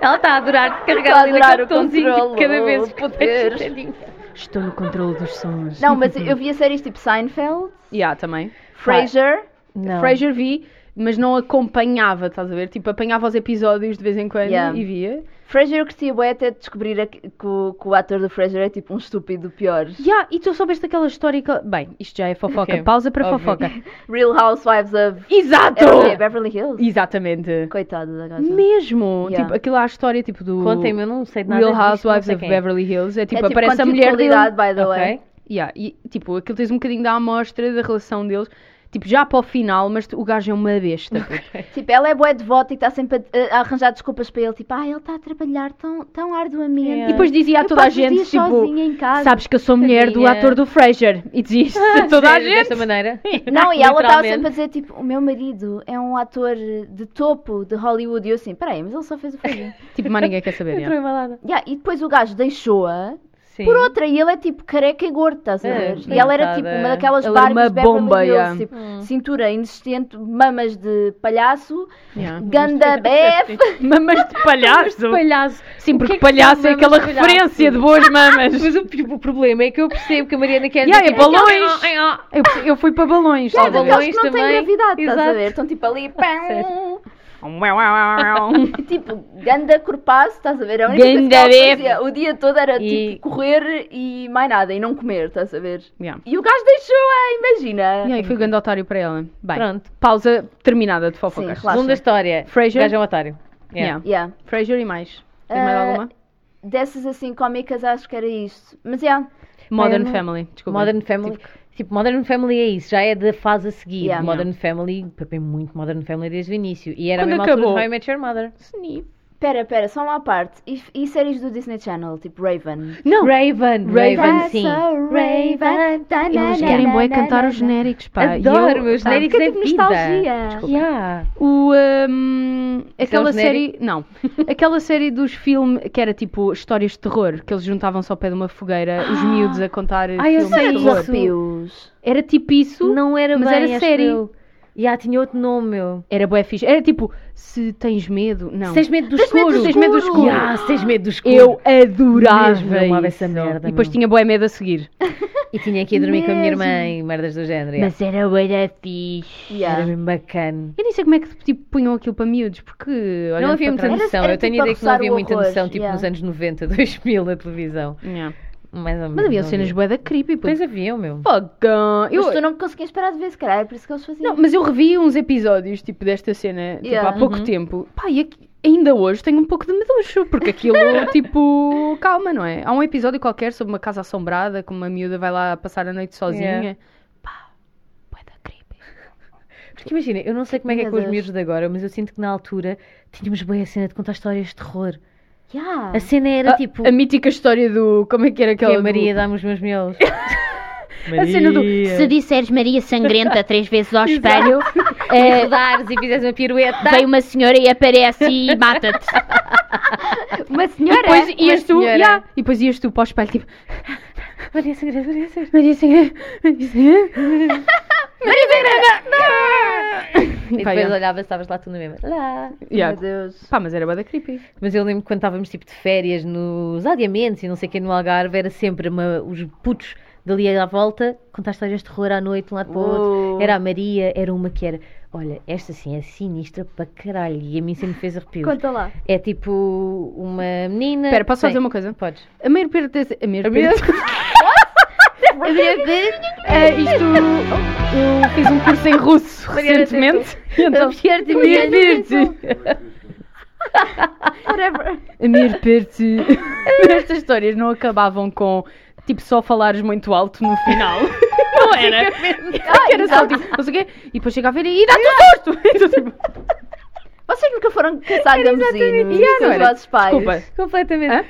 Speaker 2: Ela está a adorar
Speaker 3: Tá a
Speaker 2: carregar ali
Speaker 3: adorar
Speaker 2: naquele
Speaker 3: o
Speaker 2: tonzinho
Speaker 3: controle,
Speaker 2: de cada vez.
Speaker 3: o poder.
Speaker 2: Tadinho.
Speaker 1: tipo, Estou no controle dos sons.
Speaker 3: Não, mas eu via séries tipo Seinfeld,
Speaker 1: Yeah, também.
Speaker 3: Frasier.
Speaker 2: Não.
Speaker 1: Frasier vi, mas não acompanhava, estás a ver? Tipo, apanhava os episódios de vez em quando
Speaker 3: Yeah.
Speaker 1: e via.
Speaker 3: Frasier eu curtia bué até descobrir a- que, o, que o ator do Frasier é tipo um estúpido pior.
Speaker 1: Yeah, e tu soubeste aquela história que... Bem, isto já é fofoca.
Speaker 2: Ok,
Speaker 1: Pausa para
Speaker 2: óbvio.
Speaker 1: fofoca.
Speaker 3: Real Housewives of
Speaker 1: Exato!
Speaker 3: É o quê? Beverly Hills.
Speaker 1: Exatamente.
Speaker 3: Coitada da gaja.
Speaker 1: Mesmo.
Speaker 3: Yeah.
Speaker 1: Tipo, aquilo há a história tipo do...
Speaker 2: Contem-me, eu não sei de nada.
Speaker 1: Real
Speaker 2: disto, não sei
Speaker 1: Housewives of
Speaker 2: quem é.
Speaker 1: Beverly Hills. É
Speaker 3: É
Speaker 1: tipo, aparece a
Speaker 3: conteúdo de
Speaker 1: mulher dele.
Speaker 3: qualidade, by the way.
Speaker 2: Ok.
Speaker 1: Yeah, e tipo, aquilo tens um bocadinho da amostra da relação deles. Tipo, já para o final, mas o gajo é uma besta. puto.
Speaker 3: Tipo, ela é bué devota e está sempre a, a arranjar desculpas para ele. Tipo, ah, ele está a trabalhar tão, tão arduamente.
Speaker 2: Yeah.
Speaker 1: E depois dizia a
Speaker 3: Eu
Speaker 1: toda a
Speaker 3: passo os
Speaker 1: gente,
Speaker 3: dias
Speaker 1: tipo,
Speaker 3: sozinha em casa.
Speaker 1: sabes que eu sou mulher do
Speaker 2: Tadinha.
Speaker 1: ator do Frasier. E dizia isto a toda a
Speaker 2: Ah, Sério,
Speaker 1: gente.
Speaker 2: Desta maneira.
Speaker 3: Não, e ela estava
Speaker 2: Literalmente.
Speaker 3: sempre a dizer, tipo, o meu marido é um ator de topo de Hollywood. E eu assim, peraí, mas ele só fez o Frasier.
Speaker 1: Tipo, mas ninguém quer saber.
Speaker 2: Entrou
Speaker 1: yeah.
Speaker 2: embalada.
Speaker 3: yeah, e depois o gajo deixou-a
Speaker 2: Sim.
Speaker 3: Por outra, e ele é tipo careca e gordo, estás a
Speaker 2: É,
Speaker 3: ver? e ela era
Speaker 2: coitada.
Speaker 3: tipo uma daquelas
Speaker 1: Ela é uma
Speaker 3: Barbies Beverly
Speaker 1: bomba,
Speaker 3: Hills,
Speaker 1: yeah. Hum.
Speaker 3: tipo, cintura inexistente, mamas de palhaço,
Speaker 1: Yeah.
Speaker 3: ganda bef.
Speaker 1: Tipo, Mamas de palhaço.
Speaker 2: Palhaço.
Speaker 1: Sim, porque
Speaker 2: O que é que
Speaker 1: palhaço
Speaker 2: são
Speaker 1: é
Speaker 2: mamas
Speaker 1: aquela
Speaker 2: de palhaço? Ah,
Speaker 1: referência de boas mamas.
Speaker 2: Mas o, o problema é que eu percebo que a Mariana quer
Speaker 1: Yeah,
Speaker 2: dizer.
Speaker 1: é balões.
Speaker 2: Ah,
Speaker 1: Eu, eu fui para balões.
Speaker 2: Yeah,
Speaker 1: estás a ver?
Speaker 3: Aquelas que não
Speaker 2: também.
Speaker 3: têm gravidade, estás a
Speaker 2: Exato.
Speaker 3: ver? Estão tipo ali, pam,
Speaker 1: Mas
Speaker 3: e, tipo, ganda corpaço, estás a ver? A única coisa que
Speaker 1: Ganda
Speaker 3: ela
Speaker 1: bef.
Speaker 3: fazia o dia todo era
Speaker 2: E-
Speaker 3: tipo correr e mais nada, e não comer, estás a ver?
Speaker 1: Yeah.
Speaker 3: E o gajo deixou-a, imagina.
Speaker 1: E aí foi o grande otário para ela. Bem,
Speaker 2: Pronto.
Speaker 1: pausa terminada de fofocas.
Speaker 3: Sim, claro.
Speaker 2: Segunda história.
Speaker 1: Frasier.
Speaker 2: Gajo é um otário. Yeah.
Speaker 1: Yeah.
Speaker 3: Yeah.
Speaker 1: Frasier e mais. Tens mais
Speaker 3: Ah,
Speaker 1: alguma?
Speaker 3: Dessas assim cómicas acho que era isto. Mas yeah.
Speaker 1: Modern
Speaker 2: eu não-
Speaker 1: Family, desculpa.
Speaker 2: Modern Family. Tipo, Modern Family é isso, já é da fase a seguir.
Speaker 3: Yeah.
Speaker 2: Modern Family, papei muito Modern Family desde o início. E era
Speaker 1: Quando
Speaker 2: a mesma
Speaker 1: acabou?
Speaker 2: altura de How I Met Your Mother.
Speaker 3: Pera, pera, só uma parte. E, e séries do Disney Channel, tipo Raven?
Speaker 1: Não,
Speaker 2: Raven,
Speaker 1: Raven,
Speaker 2: Raven, sim.
Speaker 1: tá,
Speaker 4: Eles querem bué cantar os genéricos, pá. e
Speaker 2: Adoro,
Speaker 4: eu-
Speaker 2: meus
Speaker 1: pá, Ah,
Speaker 2: genéricos
Speaker 3: porque é
Speaker 2: é
Speaker 3: tipo
Speaker 2: vida.
Speaker 1: tá.
Speaker 3: nostalgia.
Speaker 2: Yeah.
Speaker 1: O, hum, aquela
Speaker 2: São
Speaker 1: série. Não. Aquela série dos filmes que era tipo histórias de terror, que eles juntavam-se ao pé de uma fogueira,
Speaker 2: Ah!
Speaker 1: os miúdos a contar
Speaker 2: eu
Speaker 1: filmes
Speaker 2: sei
Speaker 1: de
Speaker 2: isso.
Speaker 1: terror.
Speaker 3: é Arrepios.
Speaker 1: Era tipo isso,
Speaker 2: é Não era
Speaker 1: mas
Speaker 2: bem,
Speaker 1: era
Speaker 2: acho
Speaker 1: série.
Speaker 2: eu. Yeah, tinha outro nome, meu.
Speaker 1: Era bué fixe. Era tipo, se tens medo. Não.
Speaker 2: Se Tens medo do
Speaker 1: Tens medo
Speaker 2: escuro.
Speaker 1: do
Speaker 2: Ah.
Speaker 1: Tens medo do escuro. escuro.
Speaker 2: Yeah, se tens medo do escuro.
Speaker 1: Eu adorava
Speaker 2: Mesmo, eu amava
Speaker 1: isso.
Speaker 2: essa merda,
Speaker 1: E depois
Speaker 2: meu.
Speaker 1: tinha bué medo a seguir.
Speaker 2: E tinha que ir dormir com a minha
Speaker 3: Mesmo.
Speaker 2: irmã e merdas do género. yeah.
Speaker 4: Mas era bué da fixe.
Speaker 2: Era
Speaker 3: Yeah.
Speaker 2: bem bacana.
Speaker 1: Eu nem sei como é que tipo, punham aquilo para miúdos, porque. olhando
Speaker 2: não havia
Speaker 1: para
Speaker 2: muita
Speaker 1: trás-
Speaker 3: Era-
Speaker 2: noção.
Speaker 3: era
Speaker 2: eu tenho
Speaker 3: tipo
Speaker 2: a ideia que não
Speaker 3: abusar
Speaker 2: havia
Speaker 3: o
Speaker 2: muita
Speaker 3: horror,
Speaker 2: noção, tipo
Speaker 3: yeah.
Speaker 2: nos anos 90, 2000, na televisão.
Speaker 1: Yeah.
Speaker 2: Mais ou menos.
Speaker 1: Mas havia
Speaker 2: não
Speaker 1: cenas
Speaker 2: havia.
Speaker 1: bué da creepy. puto.
Speaker 2: Pois é. havia, meu.
Speaker 1: Fogão. Eu,
Speaker 3: Mas tu não conseguias parar de ver, se calhar, é por isso que eles faziam.
Speaker 1: Não, mas eu revi uns episódios, tipo, desta cena, tipo,
Speaker 3: Yeah.
Speaker 1: há pouco
Speaker 2: uhum.
Speaker 1: tempo. Pá, e aqui- ainda hoje tenho um pouco de meducho, porque aquilo, tipo, calma, não é? Há um episódio qualquer sobre uma casa assombrada, com uma miúda vai lá passar a noite sozinha.
Speaker 2: Yeah.
Speaker 1: Pá, bué da creepy.
Speaker 2: Porque imagina, eu não sei como é que é
Speaker 3: Meu
Speaker 2: com os
Speaker 3: Deus.
Speaker 2: miúdos de agora, mas eu sinto que na altura tínhamos bem a cena de contar histórias de terror.
Speaker 3: Yeah.
Speaker 2: A cena era
Speaker 1: Ah,
Speaker 2: tipo.
Speaker 1: A mítica história do... Como é que era
Speaker 2: que
Speaker 1: aquela
Speaker 2: a Maria
Speaker 1: do...
Speaker 2: dá-me os meus miolos.
Speaker 1: A cena do...
Speaker 4: Se disseres Maria Sangrenta três vezes ao espelho, eh,
Speaker 1: É
Speaker 2: E rodares e fizeres uma pirueta.
Speaker 4: vem uma senhora e aparece e mata-te.
Speaker 3: Uma
Speaker 1: E
Speaker 3: senhora.
Speaker 1: depois ias tu...
Speaker 2: senhora.
Speaker 1: yeah, e depois ias tu para o espelho, tipo...
Speaker 2: Maria Sangrenta, Maria Sangrenta.
Speaker 1: Maria Sangrenta... Maria Sangrenta... Maria Sangrenta...
Speaker 2: E
Speaker 1: Pá,
Speaker 2: depois
Speaker 1: yeah.
Speaker 2: olhava e estavas lá tu na mesma. Lá.
Speaker 1: Yeah.
Speaker 3: Meu Deus.
Speaker 1: Pá, mas era bada creepy.
Speaker 2: Mas eu lembro que quando estávamos tipo de férias nos adiamentos e não sei o que no Algarve, era sempre uma- os putos dali à volta contar histórias de terror à noite, de um lado para o
Speaker 3: Uou.
Speaker 1: Uh.
Speaker 2: outro. Era a Maria, era uma que era. Olha, esta sim é sinistra para caralho e a mim sempre me fez arrepios.
Speaker 3: Conta lá.
Speaker 2: É tipo uma menina.
Speaker 1: Espera, posso só
Speaker 2: Bem,
Speaker 1: dizer uma coisa?
Speaker 2: Podes.
Speaker 1: A maior parte das... A maior
Speaker 2: A maior-
Speaker 1: parte... A maior parte... Eh, isto... Eu fiz um curso em russo
Speaker 2: Mariana tentou.
Speaker 1: recentemente. e Então,
Speaker 2: Abrir-te,
Speaker 1: a maior parte...
Speaker 3: Whatever.
Speaker 1: A maior parte... Estas histórias não acabavam com... Tipo, só falares muito alto no final. Não era?
Speaker 3: Ah,
Speaker 1: Porque era
Speaker 2: Ah,
Speaker 1: só tipo, não sei o quê. E depois chega a ver e dá-te um susto. Então, tipo,
Speaker 3: Vocês nunca foram caçar gambuzinos
Speaker 1: isso,
Speaker 3: com os
Speaker 1: era.
Speaker 3: vossos pais?
Speaker 1: Desculpa.
Speaker 2: Completamente.
Speaker 1: Hã?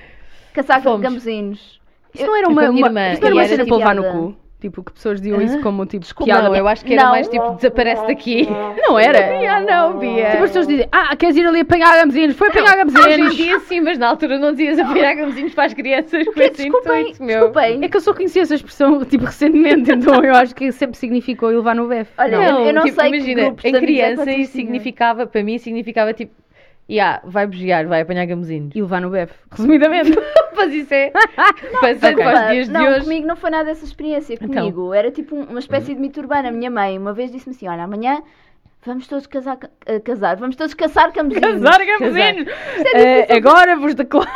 Speaker 3: Caçar
Speaker 2: Fomos.
Speaker 3: gambuzinos.
Speaker 1: Isto não era
Speaker 2: Eu
Speaker 1: uma,
Speaker 2: com a minha
Speaker 1: uma,
Speaker 2: irmã,
Speaker 1: isto tipo, não era
Speaker 2: e
Speaker 1: uma
Speaker 2: era
Speaker 1: cena para levar no
Speaker 3: piada.
Speaker 1: cu. Tipo, que pessoas diziam isso como tipo piada.
Speaker 2: Não, eu acho que era
Speaker 3: Não.
Speaker 2: mais tipo desaparece daqui.
Speaker 1: Não era.
Speaker 2: Ah, não, Bia.
Speaker 1: Tipo, as pessoas dizem, ah, queres ir ali apanhar gambuzinos? Foi apanhar
Speaker 2: Hoje em
Speaker 1: gambuzinos.
Speaker 2: dia sim, mas na altura não dizias apanhar gambuzinhos para as crianças com esse
Speaker 3: Desculpem,
Speaker 2: intuito, meu.
Speaker 1: É
Speaker 3: desculpem.
Speaker 1: que eu só conheci essa expressão, tipo, recentemente, então eu acho que sempre significou eu levar no BF.
Speaker 3: Olha,
Speaker 1: não.
Speaker 3: eu- eu não
Speaker 2: tipo,
Speaker 3: sei que
Speaker 2: imagina,
Speaker 3: grupos de
Speaker 2: em
Speaker 3: amigos é que
Speaker 2: criança
Speaker 3: vocês
Speaker 2: isso
Speaker 3: tinham.
Speaker 2: significava, para mim significava tipo, yeah, vai bugiar, vai apanhar gambuzinhos.
Speaker 1: E levar no BF, resumidamente.
Speaker 2: Mas isso é, passando
Speaker 1: ok.
Speaker 2: para os dias de
Speaker 3: não,
Speaker 2: hoje.
Speaker 3: comigo não foi nada essa experiência.
Speaker 2: Então.
Speaker 3: Comigo era tipo um- uma espécie de mito urbano. A minha mãe uma vez disse-me assim: Olha, amanhã vamos todos casar, ca- eh, casar vamos todos caçar cambuzinos.
Speaker 1: Casar gambuzinos.
Speaker 3: é
Speaker 1: Eh, agora vos declaro.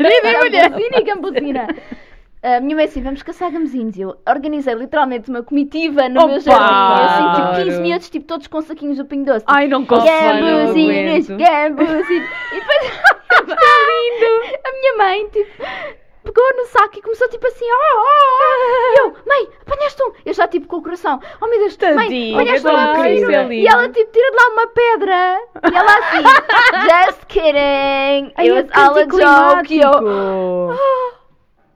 Speaker 3: Gambuzina e gambuzina. A minha mãe assim, vamos caçar gamezinhos. E Eu organizei literalmente uma comitiva no
Speaker 1: Opa!
Speaker 3: meu jardim. Eu assim, tipo 15
Speaker 2: Adoro.
Speaker 3: minutos, tipo todos com saquinhos de pinho doce.
Speaker 1: Ai, não
Speaker 2: Nossa,
Speaker 1: consigo.
Speaker 2: não
Speaker 3: Gambuzinas,
Speaker 2: aguento.
Speaker 3: gambuzinas. E depois. lindo! A minha mãe, tipo, pegou no saco e começou tipo assim, oh, oh, oh. E eu, mãe, apanhaste um. Eu já tipo com o coração, oh meu Deus, mãe,
Speaker 1: Tadinho,
Speaker 3: apanhaste
Speaker 1: que
Speaker 3: um.
Speaker 1: dó, isso é
Speaker 3: menino." E
Speaker 2: lindo.
Speaker 3: ela tipo, tira de lá uma pedra. E ela assim, just kidding.
Speaker 1: Ai,
Speaker 3: It was all a joke. E eu, "Ah,
Speaker 1: anticlimático.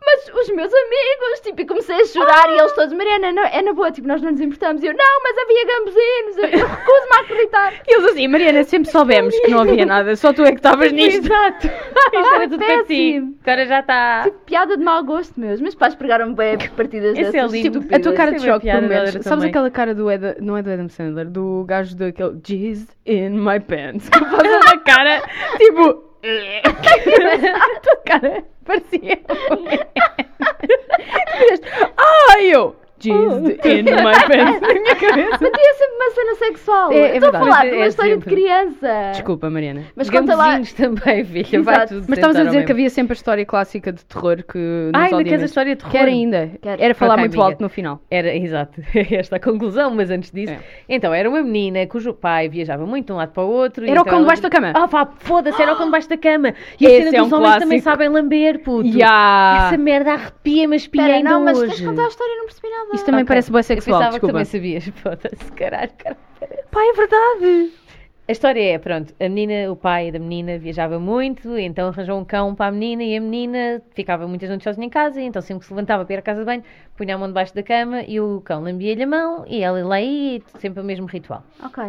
Speaker 3: mas os meus amigos, tipo, e comecei a chorar e eles todos, Mariana, não, é na boa, tipo, nós não nos importamos. E eu, não, mas havia gambuzinos, eu, eu recuso-me a acreditar.
Speaker 1: E eles assim, Mariana, sempre soubemos que não havia nada, só tu é que estavas nisto.
Speaker 2: Exato. Isto
Speaker 1: Ah,
Speaker 2: era tudo para ti.
Speaker 3: péssimo.
Speaker 2: Agora já está.
Speaker 3: Tipo, piada de mau gosto mesmo. Meus pais pregaram bem partidas
Speaker 2: Esse é
Speaker 3: dessas.
Speaker 2: lindo.
Speaker 3: estúpidas.
Speaker 1: A tua cara de
Speaker 2: Tem uma
Speaker 1: choque,
Speaker 2: piada
Speaker 1: pelo menos.
Speaker 2: da outra
Speaker 1: Sabes
Speaker 2: também.
Speaker 1: aquela cara do Ed... Não é do Adam Sandler, do gajo daquele Jizz in my pants. Que faz uma cara, tipo... a tua cara parecia... um M. Tu fizeste, Ai, eu... Jizz in my pants. Na minha cabeça.
Speaker 3: Mas tinha sempre uma cena sexual.
Speaker 1: É- é
Speaker 3: Estou a
Speaker 1: verdade.
Speaker 2: Mas
Speaker 3: falar de
Speaker 2: é-
Speaker 3: uma
Speaker 2: é
Speaker 3: história
Speaker 2: sempre.
Speaker 3: de criança.
Speaker 1: Desculpa, Mariana.
Speaker 3: Mas conta lá.
Speaker 2: Gambuzinhos também, filha. Vai
Speaker 3: Exato.
Speaker 2: tudo
Speaker 1: Mas estavas a
Speaker 2: sentar ao
Speaker 1: dizer que
Speaker 2: mesmo.
Speaker 1: havia sempre a história clássica de terror que... nos
Speaker 2: Ah, ainda queres a
Speaker 1: audiamentos.
Speaker 2: história de terror?
Speaker 1: Quero ainda.
Speaker 3: Quero.
Speaker 1: Era falar
Speaker 2: Ok,
Speaker 1: muito
Speaker 2: amiga.
Speaker 1: alto no final.
Speaker 2: Era, exato, esta a conclusão, mas antes disso.
Speaker 1: É.
Speaker 2: Então, era uma menina cujo pai viajava muito de um lado para o outro. e
Speaker 1: Era o
Speaker 2: então
Speaker 1: cão
Speaker 2: ela-
Speaker 1: debaixo da cama.
Speaker 2: Ah, pá, foda-se, era o cão debaixo da cama. E
Speaker 1: Esse
Speaker 2: a
Speaker 1: é
Speaker 2: cena dos
Speaker 1: um
Speaker 2: homens também
Speaker 1: clássico.
Speaker 2: sabem lamber, puto.
Speaker 1: Ya.
Speaker 2: Essa merda arrepia-me a espinha
Speaker 3: Espera,
Speaker 2: ainda
Speaker 3: não, mas tens
Speaker 2: hoje.
Speaker 3: de contar a história, eu não percebi nada.
Speaker 1: Isto também
Speaker 2: Ok.
Speaker 1: parece boa
Speaker 2: Eu
Speaker 1: sexual,
Speaker 2: pensava
Speaker 1: desculpa.
Speaker 2: que também sabias. Foda-se, caralho, caralho.
Speaker 1: Pá, é verdade.
Speaker 2: A história é, pronto, a menina, o pai da menina viajava muito, então arranjou um cão para a menina e a menina ficava muitas noites sozinha em casa, e então sempre que se levantava para ir à casa de banho, punha a mão debaixo da cama e o cão lambia-lhe a mão e ela lá ia, e sempre o mesmo ritual.
Speaker 3: Ok.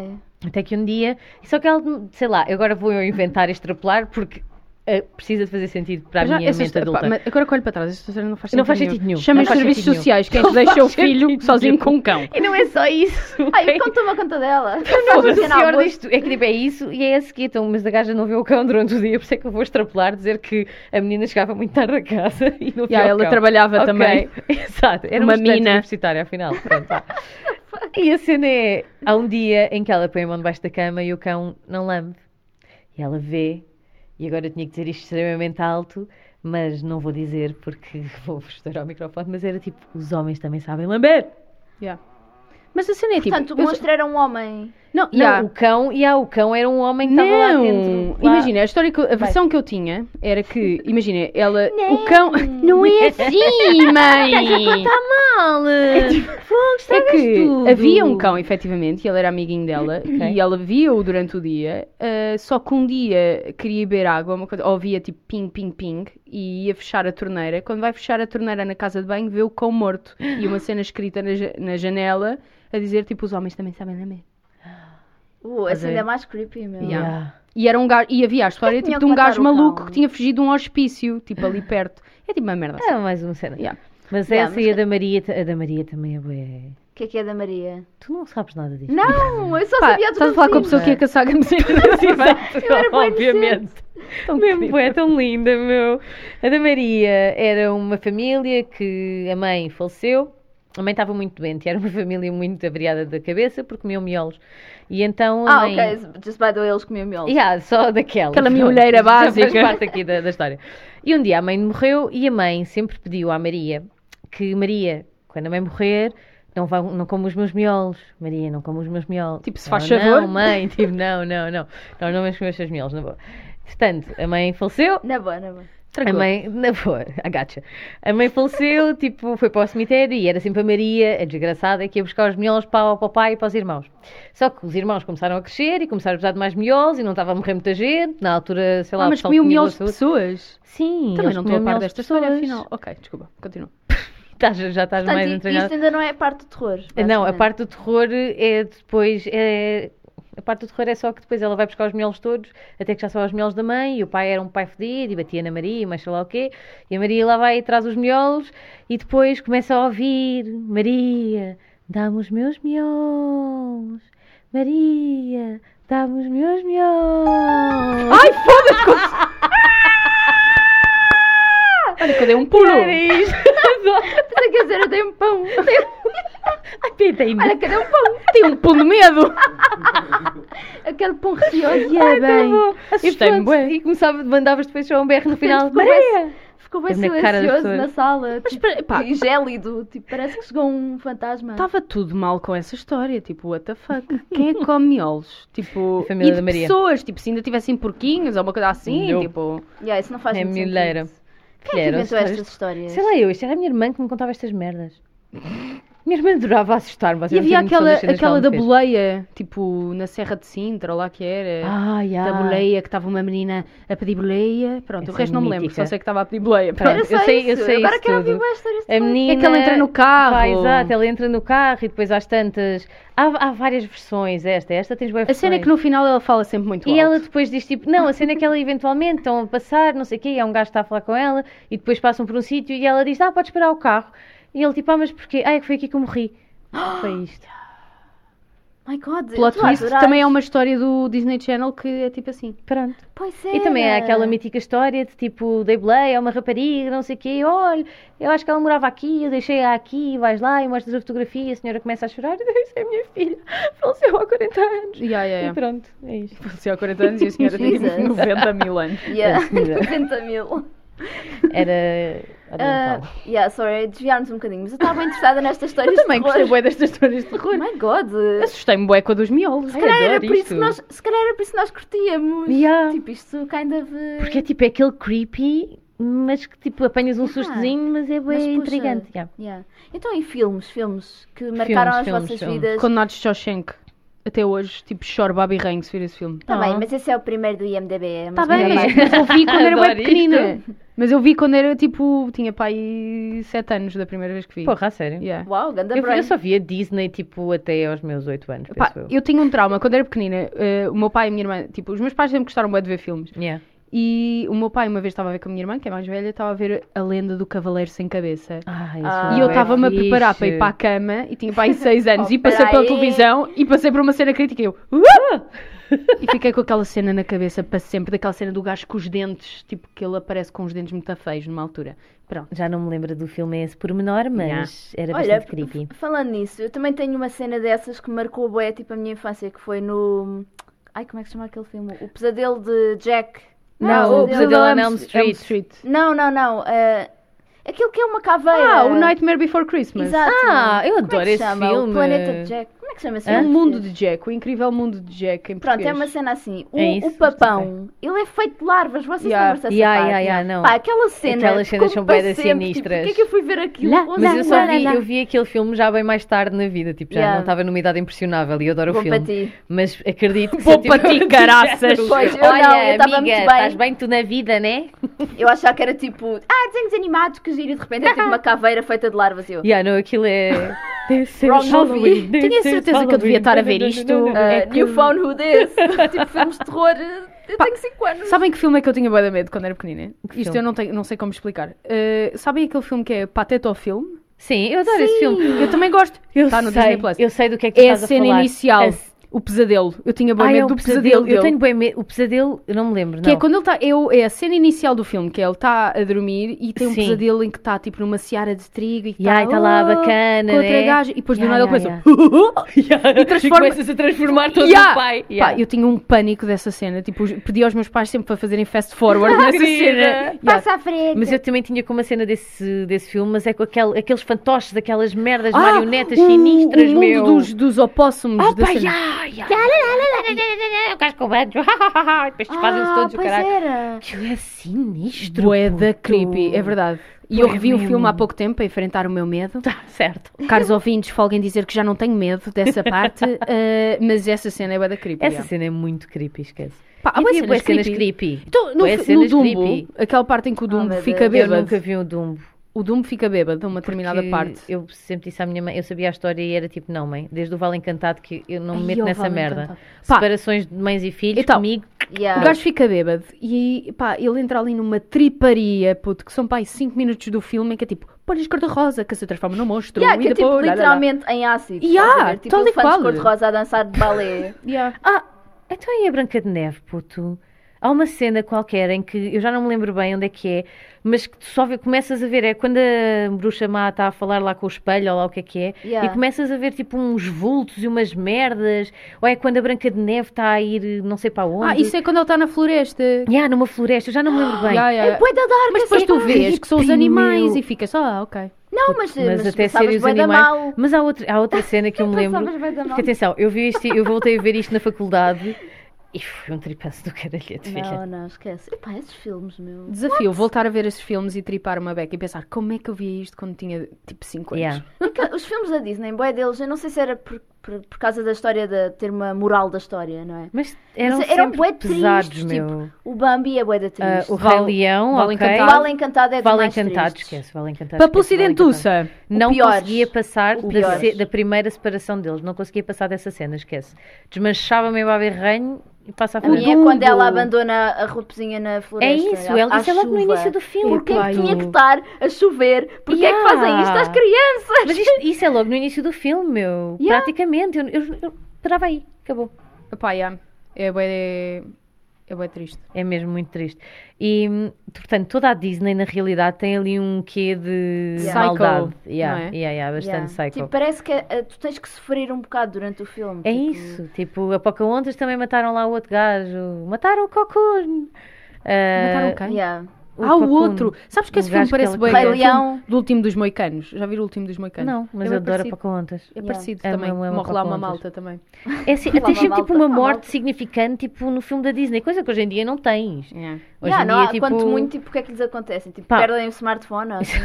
Speaker 2: Até que um dia, só que ela, sei lá, agora vou eu inventar e extrapolar porque eh, precisa de fazer sentido para a
Speaker 1: Já,
Speaker 2: Tá, minha
Speaker 1: essa
Speaker 2: mente
Speaker 1: história-
Speaker 2: adulta.
Speaker 1: pá, mas agora que olho para trás, esta história não faz sentido,
Speaker 2: Não faz sentido nenhum.
Speaker 1: Chama
Speaker 2: Não
Speaker 1: os
Speaker 2: faz
Speaker 1: serviços
Speaker 2: sentido
Speaker 1: sociais, quem
Speaker 2: Não
Speaker 1: te deixa o
Speaker 2: faz
Speaker 1: filho
Speaker 2: sentido
Speaker 1: sozinho
Speaker 2: nenhum.
Speaker 1: com um cão.
Speaker 2: E não é só isso.
Speaker 3: Ai,
Speaker 2: ok?
Speaker 3: conta-me a conta dela.
Speaker 2: Mas o
Speaker 3: Não,
Speaker 2: pior
Speaker 3: mas-
Speaker 2: disto é que tipo, é isso e é a seguir. Então, mas a gaja não viu o cão durante o dia, por isso é que eu vou extrapolar, dizer que a menina chegava muito tarde a casa e não viu
Speaker 1: Yeah,
Speaker 2: o
Speaker 1: ela
Speaker 2: cão.
Speaker 1: trabalhava
Speaker 2: Ok.
Speaker 1: também.
Speaker 2: Exato, era
Speaker 1: Uma
Speaker 2: uma, estudante
Speaker 1: mina.
Speaker 2: universitária, afinal. Pronto, vá. e a cena é: há um dia em que ela põe a mão debaixo da cama e o cão não lambe. E ela vê, e agora eu tinha que dizer isto extremamente alto. Mas não vou dizer porque vou estourar o microfone, mas era tipo, os homens também sabem lamber.
Speaker 1: Yeah. Mas a cena é tipo...
Speaker 3: Portanto, o
Speaker 1: eu-
Speaker 3: monstro era um homem.
Speaker 1: Não,
Speaker 2: Não,
Speaker 1: yeah.
Speaker 2: o cão, e há o cão era um homem que estava lá
Speaker 1: Não,
Speaker 2: dentro. lá-
Speaker 1: imagina, a história que eu- a versão que eu tinha era que, imagina, ela, o cão, não é assim, mãe.
Speaker 2: mal!
Speaker 1: É que
Speaker 2: tudo.
Speaker 1: havia um cão, efetivamente, e ele era amiguinho dela,
Speaker 2: Ok.
Speaker 1: e ela via-o durante o dia, ah, só que um dia queria beber água, uma coisa, ou via tipo ping, ping, ping, e ia fechar a torneira. Quando vai fechar a torneira na casa de banho, vê o cão morto e uma cena escrita na, ja- na janela a dizer tipo: os homens também sabem lamer.
Speaker 3: Uh,
Speaker 2: Mas
Speaker 3: assim
Speaker 2: é-
Speaker 3: ainda é mais creepy, meu.
Speaker 1: Yeah. E, era um gajo, e havia a história
Speaker 3: Tinha
Speaker 1: tipo,
Speaker 3: que
Speaker 1: de um
Speaker 3: matar
Speaker 1: gajo
Speaker 3: o
Speaker 1: maluco
Speaker 3: cão.
Speaker 1: que tinha fugido de um hospício, tipo ali perto. É tipo uma merda assim.
Speaker 2: mais uma cena.
Speaker 1: Yeah.
Speaker 2: Mas
Speaker 3: Yeah,
Speaker 2: essa
Speaker 3: mas
Speaker 2: e a
Speaker 3: que-
Speaker 2: da Maria, ta- a da Maria também é bué.
Speaker 3: O que é que é da Maria?
Speaker 2: Tu não sabes nada disto.
Speaker 3: Não, eu só
Speaker 1: Pá,
Speaker 3: sabia a
Speaker 1: estás a falar com a pessoa que ia caçar a camiseta da Silvana.
Speaker 3: Eu era bué
Speaker 2: Obviamente.
Speaker 1: Tão
Speaker 2: Mesmo,
Speaker 1: querida.
Speaker 2: bué, tão linda, meu. A da Maria era uma família que a mãe faleceu. A mãe estava muito doente, e era uma família muito averiada da cabeça porque comiam miolos. E então a
Speaker 3: Ah,
Speaker 2: mãe...
Speaker 3: ok. Just by the way, eles comiam miolos.
Speaker 2: Yeah, só daquela.
Speaker 1: Aquela
Speaker 2: Pronto,
Speaker 1: miolheira
Speaker 2: já Faz
Speaker 1: básica.
Speaker 2: parte aqui da, da história. E um dia a mãe morreu e a mãe sempre pediu à Maria que Maria, quando a mãe morrer, não, vá, não coma os meus miolos. Maria, não coma os meus miolos.
Speaker 1: Tipo, se
Speaker 2: Ela,
Speaker 1: faz favor.
Speaker 2: Não, mãe, tipo, não, não, não. Não, não vamos comer os seus miolos, na boa. Portanto, a mãe faleceu.
Speaker 3: Na boa, na boa.
Speaker 2: A
Speaker 1: Tranquilo.
Speaker 2: mãe, na boa, agacha. A mãe faleceu, tipo, foi para o cemitério e era sempre a Maria, a desgraçada, que ia buscar os miolos para, o- para o pai e para os irmãos. Só que os irmãos começaram a crescer e começaram a precisar de mais miolos e não estava a morrer muita gente. Na altura, sei lá,
Speaker 1: Ah,
Speaker 2: o
Speaker 1: mas
Speaker 2: pessoal
Speaker 1: comiam
Speaker 2: tinha boa
Speaker 1: miolos de
Speaker 2: saúde.
Speaker 1: pessoas.
Speaker 2: Sim,
Speaker 1: Também
Speaker 2: eles
Speaker 1: não estou
Speaker 2: comiam
Speaker 1: a par
Speaker 2: miolos de
Speaker 1: desta história,
Speaker 2: pessoas.
Speaker 1: afinal. Ok, desculpa, continua.
Speaker 2: Estás- já estás mais
Speaker 3: Portanto, e-
Speaker 2: entranhada.
Speaker 3: isto ainda não é a parte do terror.
Speaker 2: Não, a
Speaker 3: basicamente.
Speaker 2: parte do terror é depois. é- A parte do terror é só que depois ela vai buscar os miolos todos, até que já são os miolos da mãe, e o pai era um pai fedido, e batia na Maria, e mais sei lá o quê, e a Maria lá vai e traz os miolos, e depois começa a ouvir: Maria, dá-me os meus miolos, Maria, dá-me os meus miolos.
Speaker 1: Ai, foda-se! com- Olha que eu dei um pulo.
Speaker 3: Pensei que ia dizer, eu dei um pão.
Speaker 2: Ai, pitei-me.
Speaker 3: Olha, cadê um pão?
Speaker 1: Tem um pulo de medo.
Speaker 3: Aquele pão receoso.
Speaker 2: Ai, tá
Speaker 1: bem.
Speaker 2: bom. E,
Speaker 1: Assustei-me,
Speaker 2: pronto,
Speaker 1: bué.
Speaker 2: e começava, mandavas depois só um berro no final.
Speaker 3: Maria! Ficou bem
Speaker 2: Teve na cara das
Speaker 3: silencioso
Speaker 2: pessoas.
Speaker 3: na sala. Mas
Speaker 1: espera, pá.
Speaker 3: E gélido. Tipo, parece que chegou um fantasma.
Speaker 2: Tá
Speaker 1: Estava tudo mal com essa história, tipo, what the fuck? Quem é que come miolos? Tipo,
Speaker 2: A família
Speaker 1: e de
Speaker 2: da Maria.
Speaker 1: pessoas, tipo, se ainda tivessem porquinhos ou uma coisa assim,
Speaker 2: Não.
Speaker 1: tipo...
Speaker 3: Yeah, isso não faz
Speaker 2: É
Speaker 3: muito sentido.
Speaker 2: milheira.
Speaker 3: Quem é que
Speaker 2: Eram
Speaker 3: inventou
Speaker 2: histórias-
Speaker 3: estas histórias?
Speaker 2: Sei lá eu, isto era a minha irmã que me contava estas merdas. Minha irmã adorava assustar-me. vocês
Speaker 1: E havia
Speaker 2: não têm noção
Speaker 1: aquela,
Speaker 2: das cenas que ela
Speaker 1: aquela da
Speaker 2: me fez.
Speaker 1: boleia, tipo, na Serra de Sintra, ou lá que era.
Speaker 2: Ah,
Speaker 1: Da
Speaker 2: yeah.
Speaker 1: boleia, que estava uma menina a pedir boleia. Pronto,
Speaker 2: Essa é
Speaker 1: o resto não me lembro,
Speaker 2: mítica.
Speaker 1: só sei que estava a pedir boleia.
Speaker 2: Pronto,
Speaker 1: Pronto.
Speaker 3: Era
Speaker 2: eu
Speaker 3: só
Speaker 2: sei- eu
Speaker 3: isso.
Speaker 2: sei
Speaker 3: Agora
Speaker 2: isso
Speaker 3: quero ouvir
Speaker 2: tudo.
Speaker 3: mais histórias.
Speaker 2: A menina...
Speaker 1: É que ela entra no carro.
Speaker 2: Vai, exato, ela entra no carro e depois às tantas... Há, há várias versões, esta, esta tens boas
Speaker 1: A cena é que é no final ela fala sempre muito
Speaker 2: E
Speaker 1: alto.
Speaker 2: ela depois diz tipo, não, a cena é que ela eventualmente estão a passar, não sei o quê, e há um gajo que está a falar com ela, e depois passam por um sítio e ela diz, ah, pode esperar o carro. E ele tipo, ah, mas porquê? Ah, é que foi aqui que eu morri. Foi isto.
Speaker 3: My God. eu
Speaker 1: Plot
Speaker 3: estou a
Speaker 1: twist
Speaker 3: adorar.
Speaker 1: também é uma história do Disney Channel que é tipo assim.
Speaker 2: Pronto.
Speaker 3: Pois
Speaker 2: E também há
Speaker 3: era.
Speaker 2: aquela mítica história de tipo, dei Blay é uma rapariga, não sei o quê, olha, eu acho que ela morava aqui, eu deixei-a aqui, vais lá e mostras a fotografia, a senhora começa a chorar, isso é a minha filha, faleceu há 40 anos.
Speaker 1: Yeah, yeah,
Speaker 2: E
Speaker 1: yeah.
Speaker 2: pronto, é isto.
Speaker 1: Faleceu há 40 anos e a senhora tem tipo,
Speaker 3: Jesus.
Speaker 1: 90 mil anos.
Speaker 3: Yeah,
Speaker 2: É, senhora.
Speaker 3: 90 mil.
Speaker 2: Era
Speaker 3: Ah,
Speaker 2: oriental.
Speaker 3: yeah, sorry, desviámos um bocadinho, mas eu estava interessada nesta história.
Speaker 1: Eu também gostei bué destas histórias de Ah, terror.
Speaker 3: Oh my God.
Speaker 1: Assustei-me bué com a dos miolos.
Speaker 3: Se calhar,
Speaker 1: Ai,
Speaker 3: era
Speaker 1: adoro
Speaker 3: por isso
Speaker 1: isto.
Speaker 3: que nós, se calhar era por isso que nós curtíamos.
Speaker 2: Yeah.
Speaker 3: Tipo, isto kind of. uh,
Speaker 2: Porque é tipo, é aquele creepy, mas que tipo, apanhas um sustozinho, mas é
Speaker 3: mas
Speaker 2: bem
Speaker 3: puxa.
Speaker 2: intrigante. yeah.
Speaker 3: yeah. Então, em filmes, filmes que marcaram as
Speaker 2: filmes,
Speaker 3: vossas
Speaker 2: filmes.
Speaker 3: vidas.
Speaker 1: Condenados de Shawshank. Até hoje, tipo, choro Babi Rain se vir esse filme.
Speaker 3: Tá bem,
Speaker 2: Ah.
Speaker 3: mas esse é o primeiro do IMDB. é
Speaker 1: Tá
Speaker 3: muito
Speaker 1: bem,
Speaker 3: bem.
Speaker 1: mas eu vi quando era bué
Speaker 2: Adoro
Speaker 1: pequenina. Mas eu vi quando era, tipo, tinha pai 7 anos da primeira vez que vi.
Speaker 2: Porra, a sério.
Speaker 1: Yeah.
Speaker 3: Uau, ganda
Speaker 2: Eu, eu
Speaker 3: brain.
Speaker 2: só via Disney tipo até aos meus 8 anos,
Speaker 1: Pá,
Speaker 2: penso eu.
Speaker 1: eu tinha um trauma quando era pequenina. eh, o meu pai e a minha irmã, tipo, os meus pais sempre gostaram bué de ver filmes.
Speaker 2: Yeah.
Speaker 1: E o meu pai uma vez estava a ver com a minha irmã, que é mais velha, estava a ver A Lenda do Cavaleiro Sem Cabeça.
Speaker 2: Ai,
Speaker 3: Ah.
Speaker 2: isso
Speaker 1: E eu
Speaker 2: é
Speaker 1: estava-me a
Speaker 2: fixe.
Speaker 1: preparar para ir para a cama e tinha pai 6 anos
Speaker 3: Oh,
Speaker 1: e passei pela
Speaker 3: peraí.
Speaker 1: televisão e passei por uma cena crítica e eu "Uh!" e fiquei com aquela cena na cabeça para sempre, daquela cena do gajo com os dentes, tipo que ele aparece com os dentes muito feios numa altura. Pronto.
Speaker 2: Já não me lembro do filme esse pormenor, mas era
Speaker 3: Olha,
Speaker 2: bastante creepy.
Speaker 3: f- falando nisso, eu também tenho uma cena dessas que marcou bué, tipo a minha infância, que foi no... Ai, como é que se chama aquele filme? O Pesadelo de Jack.
Speaker 2: Não, Ah, o Pesadelo
Speaker 1: é
Speaker 2: on Elm Street.
Speaker 3: Não, não, não. eh, aquilo que é uma caveira.
Speaker 1: Ah, o Nightmare Before Christmas.
Speaker 3: Exato.
Speaker 2: Ah, eu
Speaker 3: Como é
Speaker 2: adoro
Speaker 3: que se
Speaker 2: esse
Speaker 3: chama?
Speaker 2: filme. Um
Speaker 3: O Planeta de Jack. Como é que se chama esse
Speaker 1: É o
Speaker 3: filme?
Speaker 1: mundo de Jack, o incrível mundo de Jack em
Speaker 3: Pronto, é
Speaker 1: português.
Speaker 3: uma cena assim. O,
Speaker 2: É isso,
Speaker 3: o papão, ele é feito de larvas. Vocês
Speaker 1: Yeah.
Speaker 3: lembram-se dessa
Speaker 2: Yeah,
Speaker 3: parte?
Speaker 2: yeah, yeah, não.
Speaker 3: Pá, aquela cena.
Speaker 2: Aquelas cenas
Speaker 3: ficou-me
Speaker 2: são bué
Speaker 3: para
Speaker 2: de
Speaker 3: sempre,
Speaker 2: sinistras.
Speaker 3: Tipo, porquê que eu fui ver aquilo?
Speaker 4: Lá,
Speaker 3: Onze
Speaker 2: Mas eu só
Speaker 3: anos.
Speaker 2: vi, eu vi aquele filme já bem mais tarde na vida, tipo, já
Speaker 3: Yeah.
Speaker 2: não estava numa idade impressionável e eu adoro
Speaker 3: Vou
Speaker 2: o filme.
Speaker 3: para ti.
Speaker 2: Mas acredito que se eu
Speaker 1: Vou para ti,
Speaker 2: tivesse-
Speaker 1: caraças!
Speaker 3: Pois, eu
Speaker 2: Olha,
Speaker 3: não, eu estava
Speaker 2: amiga,
Speaker 3: muito bem.
Speaker 2: estás bem tu na vida, né?
Speaker 3: Eu achava que era tipo, ah, desenhos animados que gira e de repente é tipo uma caveira feita de larvas. e Eu,
Speaker 2: Yeah, não, aquilo é. This is
Speaker 3: Wrong movie.
Speaker 2: Halloween, this
Speaker 3: Tinha
Speaker 2: is
Speaker 4: certeza que eu devia estar a ver isto.
Speaker 2: É
Speaker 3: Ah, New Phone Who This? tipo, filmes de terror. eh, Eu tenho 5 anos.
Speaker 1: Sabem que filme é que eu tinha bué de medo quando era pequenina?
Speaker 2: Que
Speaker 1: Isto
Speaker 2: filme?
Speaker 1: eu não, tenho, não sei como explicar. Uh, sabem aquele filme que é Pateta ao Filme?
Speaker 2: Sim, eu adoro esse filme.
Speaker 1: Eu também gosto.
Speaker 2: Eu
Speaker 1: Está Tá no
Speaker 2: sei,
Speaker 1: Disney Plus.
Speaker 2: eu sei do que é que tu
Speaker 1: É a
Speaker 2: estás a
Speaker 1: cena
Speaker 2: falar.
Speaker 1: inicial.
Speaker 2: A-
Speaker 1: O pesadelo. Eu tinha bué
Speaker 2: Ah,
Speaker 1: medo
Speaker 2: é um
Speaker 1: do pesadelo,
Speaker 2: Eu
Speaker 1: dele.
Speaker 2: tenho bem medo. O pesadelo, eu não me lembro,
Speaker 1: Que é
Speaker 2: não.
Speaker 1: quando ele está. É, a cena inicial do filme, que é ele está a dormir e tem um
Speaker 2: Sim.
Speaker 1: pesadelo em que está tipo numa seara de trigo e que
Speaker 2: E aí está lá bacana,
Speaker 1: Oh, com outra
Speaker 2: né?
Speaker 1: gaja e depois do
Speaker 2: Yeah,
Speaker 1: nada ele
Speaker 2: yeah,
Speaker 1: começa.
Speaker 2: Yeah. E
Speaker 1: transforma-
Speaker 2: começas a transformar todo
Speaker 1: Yeah.
Speaker 2: o pai.
Speaker 1: Pá, eu tinha um pânico dessa cena. Tipo, os- pedi aos meus pais sempre para fazerem fast forward nessa cena.
Speaker 2: Sim, né?
Speaker 1: Yeah.
Speaker 4: Passa à frente.
Speaker 2: Mas eu também tinha com uma cena desse, desse filme, mas é com aquele- aqueles fantoches daquelas merdas de
Speaker 1: Ah,
Speaker 2: marionetas
Speaker 1: o-
Speaker 2: sinistras,
Speaker 1: o mundo
Speaker 2: meu. Ah,
Speaker 1: dos, dos opóssumos.
Speaker 2: Opa,
Speaker 1: da cena.
Speaker 2: ya, ya. O gajo com o banjo. E Depois fazem-se
Speaker 4: ah,
Speaker 2: todos o
Speaker 4: pois
Speaker 2: caralho.
Speaker 4: era.
Speaker 2: Aquilo é sinistro.
Speaker 1: Bué da
Speaker 2: puto.
Speaker 1: creepy, é verdade. E eu
Speaker 2: Bué
Speaker 1: revi o
Speaker 2: mesmo.
Speaker 1: filme há pouco tempo para enfrentar o meu medo.
Speaker 2: Tá, certo.
Speaker 1: Caros ouvintes, folguem dizer que já não tenho medo dessa parte, eh, mas essa cena é bué da creepy.
Speaker 2: Essa
Speaker 1: yeah.
Speaker 2: cena é muito creepy, esquece.
Speaker 1: Pá, há
Speaker 2: e
Speaker 1: bué
Speaker 2: havia bué
Speaker 1: cenas
Speaker 2: cenas
Speaker 1: creepy.
Speaker 2: creepy.
Speaker 1: Então, no,
Speaker 2: Bué
Speaker 1: fi- no
Speaker 2: cenas
Speaker 1: Dumbo,
Speaker 2: creepy. Ah,
Speaker 1: aquela parte em que o Dumbo
Speaker 3: meu
Speaker 1: fica
Speaker 3: Deus.
Speaker 2: Eu
Speaker 1: bêbado,
Speaker 2: nunca vi o Dumbo.
Speaker 1: o Dumbo fica bêbado a uma determinada
Speaker 2: porque
Speaker 1: parte.
Speaker 2: Eu sempre disse à minha mãe, eu sabia a história e era tipo, não, mãe, desde o Vale Encantado que eu não me
Speaker 1: Ai,
Speaker 2: meto
Speaker 1: o
Speaker 2: nessa
Speaker 1: Vale
Speaker 2: merda.
Speaker 1: Encantado. Pá.
Speaker 2: Separações de mães e filhos
Speaker 1: Então,
Speaker 2: comigo.
Speaker 3: Yeah.
Speaker 1: O gajo fica bêbado e pá, ele entra ali numa triparia, puto, que são pá, 5 minutos do filme em que é tipo, põe cor-de-rosa, que se transforma num monstro.
Speaker 2: um
Speaker 3: Yeah, que
Speaker 1: e
Speaker 3: é tipo
Speaker 1: depois, lá, lá, lá.
Speaker 3: literalmente em ácido.
Speaker 1: Yeah,
Speaker 3: estás a ver? tipo
Speaker 1: tal e
Speaker 3: elefantes
Speaker 1: qual.
Speaker 3: cor-de-rosa a dançar de balé.
Speaker 1: Yeah.
Speaker 2: Ah, então e a Branca de Neve, puto? Há uma cena qualquer em que eu já não me lembro bem onde é que é, mas que tu só vê- começas a ver, é quando a bruxa má está a falar lá com o espelho ou lá o que é que é,
Speaker 3: Yeah.
Speaker 2: e começas a ver tipo uns vultos e umas merdas, ou é quando a Branca de Neve está a ir não sei para onde.
Speaker 1: Ah, isso é quando ele está na floresta.
Speaker 2: Yeah, numa floresta, eu já não me lembro bem.
Speaker 1: Yeah, yeah.
Speaker 4: É bué da dark,
Speaker 1: Mas depois
Speaker 4: assim.
Speaker 1: tu vês que são os
Speaker 2: creepy,
Speaker 1: animais
Speaker 2: meu.
Speaker 1: e ficas só, ah, ok.
Speaker 3: Não, mas,
Speaker 2: mas, até
Speaker 3: pensavas
Speaker 2: serem os
Speaker 3: bué da
Speaker 2: animais.
Speaker 3: mal.
Speaker 2: Mas há outra, há outra cena que eu me lembro.
Speaker 3: Pensavas bué da mal.
Speaker 2: Porque atenção, eu vi isto, eu voltei a ver isto na faculdade e foi um tripaço do caralhete, filha.
Speaker 3: Não, não, esquece. Epá, esses filmes, meu.
Speaker 1: Desafio, voltar a ver esses filmes e tripar uma beca e pensar, como é que eu via isto quando tinha tipo 5 anos?
Speaker 2: Yeah.
Speaker 3: Porque Os filmes da Disney, boé deles, eu não sei se era por, por, por causa da história, de ter uma moral da história, não é?
Speaker 2: Mas eram, tipo,
Speaker 3: Mas eram
Speaker 2: sempre
Speaker 3: bué
Speaker 2: pesados,
Speaker 3: tristes,
Speaker 2: meu.
Speaker 3: O Bambi é bué da
Speaker 2: Ah,
Speaker 3: triste.
Speaker 2: o
Speaker 1: Val-
Speaker 2: Rei Leão,
Speaker 1: Vale
Speaker 2: ok.
Speaker 3: o
Speaker 1: Encantado.
Speaker 3: Vale Encantado é dos
Speaker 2: Vale
Speaker 3: mais
Speaker 2: Encantado,
Speaker 3: tristes.
Speaker 2: esquece, Vale Encantado.
Speaker 1: Papuça
Speaker 2: esquece,
Speaker 1: e
Speaker 2: Vale Encantado.
Speaker 1: dentuça.
Speaker 2: Não
Speaker 3: O pior.
Speaker 2: conseguia passar
Speaker 3: O
Speaker 2: da,
Speaker 3: pior.
Speaker 2: ce- da primeira separação deles, não conseguia passar dessa cena, esquece. Desmanchava-me a berranho e passa à
Speaker 3: A minha
Speaker 2: frente.
Speaker 3: é quando
Speaker 1: Dumbo.
Speaker 3: ela abandona a roupezinha na floresta.
Speaker 2: É isso,
Speaker 3: à-
Speaker 2: ela
Speaker 3: à
Speaker 2: disse logo no
Speaker 3: chuva.
Speaker 2: início do filme.
Speaker 3: Porquê é que
Speaker 1: Claro.
Speaker 3: tinha que estar a chover? Porquê é que
Speaker 2: Yeah.
Speaker 3: fazem isto às crianças?
Speaker 2: Mas isto- isso é logo no início do filme, meu.
Speaker 3: Yeah.
Speaker 2: Praticamente. Eu, eu, eu parava aí, acabou.
Speaker 1: Epá, yeah. é bué... É bué triste.
Speaker 2: É mesmo muito triste. E, hum, portanto, toda a Disney, na realidade, tem ali um quê de
Speaker 3: Yeah.
Speaker 1: Psycho,
Speaker 2: maldade. Yeah,
Speaker 1: não é?
Speaker 2: yeah, yeah, bastante
Speaker 3: Yeah.
Speaker 2: psycho.
Speaker 3: Tipo, parece que eh, tu tens que sofrer um bocado durante o filme.
Speaker 2: é
Speaker 3: tipo,
Speaker 2: isso. Tipo, a Pocahontas também mataram lá o outro gajo. Mataram o Cocoon. Ah,
Speaker 1: Mataram quem?
Speaker 3: Yeah.
Speaker 1: Ah, o
Speaker 2: Cocoon.
Speaker 1: outro! Sabes que
Speaker 2: O
Speaker 1: esse filme
Speaker 2: gajo que
Speaker 1: parece
Speaker 2: ela-
Speaker 1: bem
Speaker 3: Rei
Speaker 1: aquele
Speaker 3: Leão.
Speaker 1: filme do último dos moicanos. Já viram o último dos moicanos?
Speaker 2: Não, mas
Speaker 1: É
Speaker 2: eu
Speaker 1: bem
Speaker 2: adoro a
Speaker 1: parecido.
Speaker 2: Pocahontas.
Speaker 1: É
Speaker 3: Yeah.
Speaker 1: parecido
Speaker 2: Amo,
Speaker 1: também.
Speaker 2: amo a
Speaker 1: Morre lá uma
Speaker 2: Pocahontas.
Speaker 1: malta também.
Speaker 2: É assim, até
Speaker 3: Falava
Speaker 2: tens
Speaker 3: mal
Speaker 2: tipo
Speaker 3: da-
Speaker 2: uma
Speaker 3: a
Speaker 2: morte
Speaker 3: malta.
Speaker 2: significante, tipo, no filme da Disney. Coisa que hoje em dia não tens. Hoje
Speaker 1: Yeah.
Speaker 2: em dia,
Speaker 3: Yeah, não há-
Speaker 2: tipo...
Speaker 3: Quanto muito, tipo, o que é que lhes acontece? Tipo,
Speaker 2: Pá.
Speaker 3: perdem o smartphone ou assim.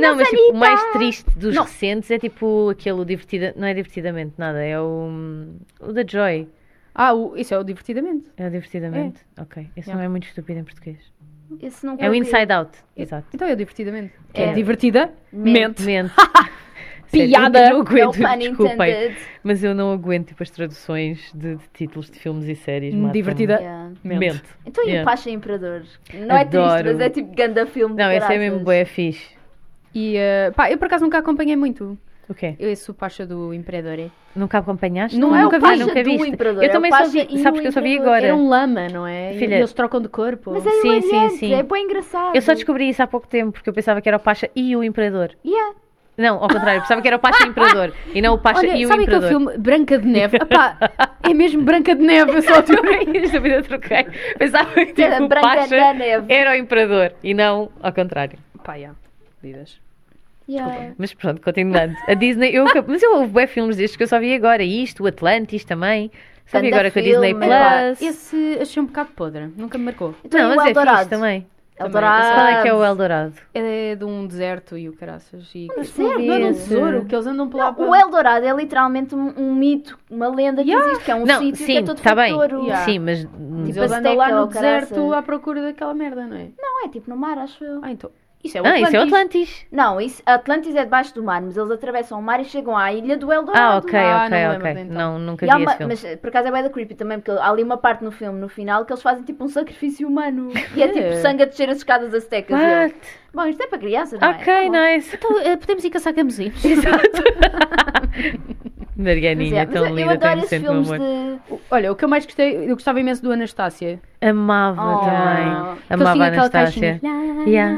Speaker 2: não, mas tipo, o mais triste dos recentes é tipo aquele divertida, não é divertidamente nada, é o, o da Joy.
Speaker 1: Ah, o- isso é o Divertidamente.
Speaker 2: É o divertidamente. Ok. Esse
Speaker 1: Yeah.
Speaker 2: não é muito estúpido em português.
Speaker 3: Esse nunca
Speaker 2: É o
Speaker 3: vi.
Speaker 2: Inside Out. Exato.
Speaker 1: Então é o Divertidamente.
Speaker 2: É.
Speaker 1: É divertida? Mente.
Speaker 2: Mente.
Speaker 1: Piada.
Speaker 2: Sério, eu não
Speaker 3: No
Speaker 2: aguento,
Speaker 3: pun
Speaker 2: desculpem.
Speaker 3: É intended.
Speaker 2: Mas eu não aguento tipo, as traduções de, de títulos de filmes e séries. matam-me.
Speaker 1: Divertida.
Speaker 3: Yeah.
Speaker 2: Mente.
Speaker 3: Então e o
Speaker 2: Yeah.
Speaker 3: Pacha Imperador? Não é
Speaker 2: Adoro.
Speaker 3: triste, mas é tipo ganda filme.
Speaker 2: Não, esse é mesmo
Speaker 3: bué.
Speaker 2: boé fixe.
Speaker 1: E eh, pá, eu por acaso nunca acompanhei muito
Speaker 2: O quê?
Speaker 1: esse o Pacha do Imperador. é?
Speaker 2: Nunca acompanhaste?
Speaker 1: Não é o
Speaker 2: nunca vi,
Speaker 1: Pacha
Speaker 2: nunca
Speaker 3: do
Speaker 2: viste.
Speaker 3: Imperador, é
Speaker 2: eu
Speaker 3: o
Speaker 2: também só
Speaker 3: Pacha
Speaker 2: vi,
Speaker 3: e
Speaker 2: sabes
Speaker 3: o
Speaker 2: que eu só vi
Speaker 3: Imperador.
Speaker 2: agora.
Speaker 1: Era um lama, não é? E-
Speaker 2: Filha-
Speaker 1: E eles trocam de corpo.
Speaker 3: Mas é
Speaker 2: Sim,
Speaker 3: sim,
Speaker 2: sim, sim.
Speaker 3: é bem engraçado.
Speaker 2: Eu só descobri isso há pouco tempo, porque eu pensava que era o Pacha e o Imperador.
Speaker 3: Yeah.
Speaker 2: Não, ao contrário, pensava que era o Pacha e o Imperador. E não o Pacha
Speaker 1: Olha,
Speaker 2: e o
Speaker 1: sabem aquele
Speaker 2: Imperador.
Speaker 1: filme Branca de Neve? Epá, é mesmo Branca de Neve, eu só tipo- digo.
Speaker 2: Esta vida eu troquei. Pensava que
Speaker 3: Era
Speaker 2: tipo, o
Speaker 3: Branca
Speaker 2: Pacha
Speaker 3: da Neve.
Speaker 2: era o Imperador e não ao contrário.
Speaker 1: Pá, yeah. Vidas.
Speaker 3: Yeah.
Speaker 2: Mas pronto, continuando. A Disney, eu, acabo- mas eu houve bué filmes destes que eu só vi agora. E isto, o Atlantis também. Só vi
Speaker 3: Ganda
Speaker 2: agora com a
Speaker 3: filme,
Speaker 2: Disney
Speaker 3: pá.
Speaker 2: Plus.
Speaker 1: Esse achei um bocado podre, nunca me marcou.
Speaker 3: Então,
Speaker 2: Não,
Speaker 3: e o
Speaker 2: mas é
Speaker 3: Eldorado? Ah,
Speaker 2: fixe também.
Speaker 3: Eldorado.
Speaker 2: Qual é que é o Eldorado?
Speaker 1: É de um deserto e o caraças. E...
Speaker 3: deserto?
Speaker 1: Não é um
Speaker 2: Esse.
Speaker 1: tesouro, que eles andam por lá.
Speaker 3: Não, o Eldorado é literalmente um, um mito, uma lenda que existe, que é um
Speaker 2: não,
Speaker 3: sítio que é
Speaker 2: sim,
Speaker 3: todo
Speaker 2: está bem.
Speaker 3: feito de ouro.
Speaker 1: Yeah.
Speaker 2: Sim, mas
Speaker 1: Eles
Speaker 3: Tipo
Speaker 1: andam lá no
Speaker 3: Azteca ou caraças.
Speaker 1: deserto à procura daquela merda, não é?
Speaker 3: Não, é tipo no mar, acho eu.
Speaker 1: Ah, então.
Speaker 3: Isso é o
Speaker 2: Ah,
Speaker 3: Atlantis.
Speaker 2: isso é o Atlantis.
Speaker 3: Não, isso, Atlantis é debaixo do mar, mas eles atravessam o mar e chegam à ilha do Eldorado. é?
Speaker 2: Ah, ok,
Speaker 1: Ah,
Speaker 2: ok,
Speaker 1: não
Speaker 2: ok.
Speaker 1: lembro de então.
Speaker 2: Não, nunca
Speaker 3: E há
Speaker 2: vi
Speaker 3: uma-
Speaker 2: esse filme.
Speaker 3: mas eh, por acaso é bem da creepy também, porque há ali uma parte no filme, no final, que eles fazem tipo um sacrifício humano. E é tipo sangue a descer as escadas aztecas. E eu,
Speaker 2: What?
Speaker 3: Bom, isto é para crianças, não é?
Speaker 2: Ok,
Speaker 3: Tá bom.
Speaker 2: nice.
Speaker 4: Então, eh, podemos ir caçar camusinhos.
Speaker 3: Mas, é,
Speaker 2: Marianinha,
Speaker 3: mas
Speaker 2: tão
Speaker 3: eu- eu
Speaker 2: linda, tão
Speaker 3: adoro esses
Speaker 2: inocente, meu
Speaker 3: filmes
Speaker 2: amor.
Speaker 3: de...
Speaker 1: Olha, o que eu mais gostei, eu gostava imenso do Anastácia.
Speaker 2: Amava
Speaker 3: Oh.
Speaker 2: também.
Speaker 4: Que eles
Speaker 2: Amava
Speaker 4: tinham
Speaker 2: a
Speaker 4: aquela
Speaker 2: Anastácia.
Speaker 4: caixinha.
Speaker 2: Yeah.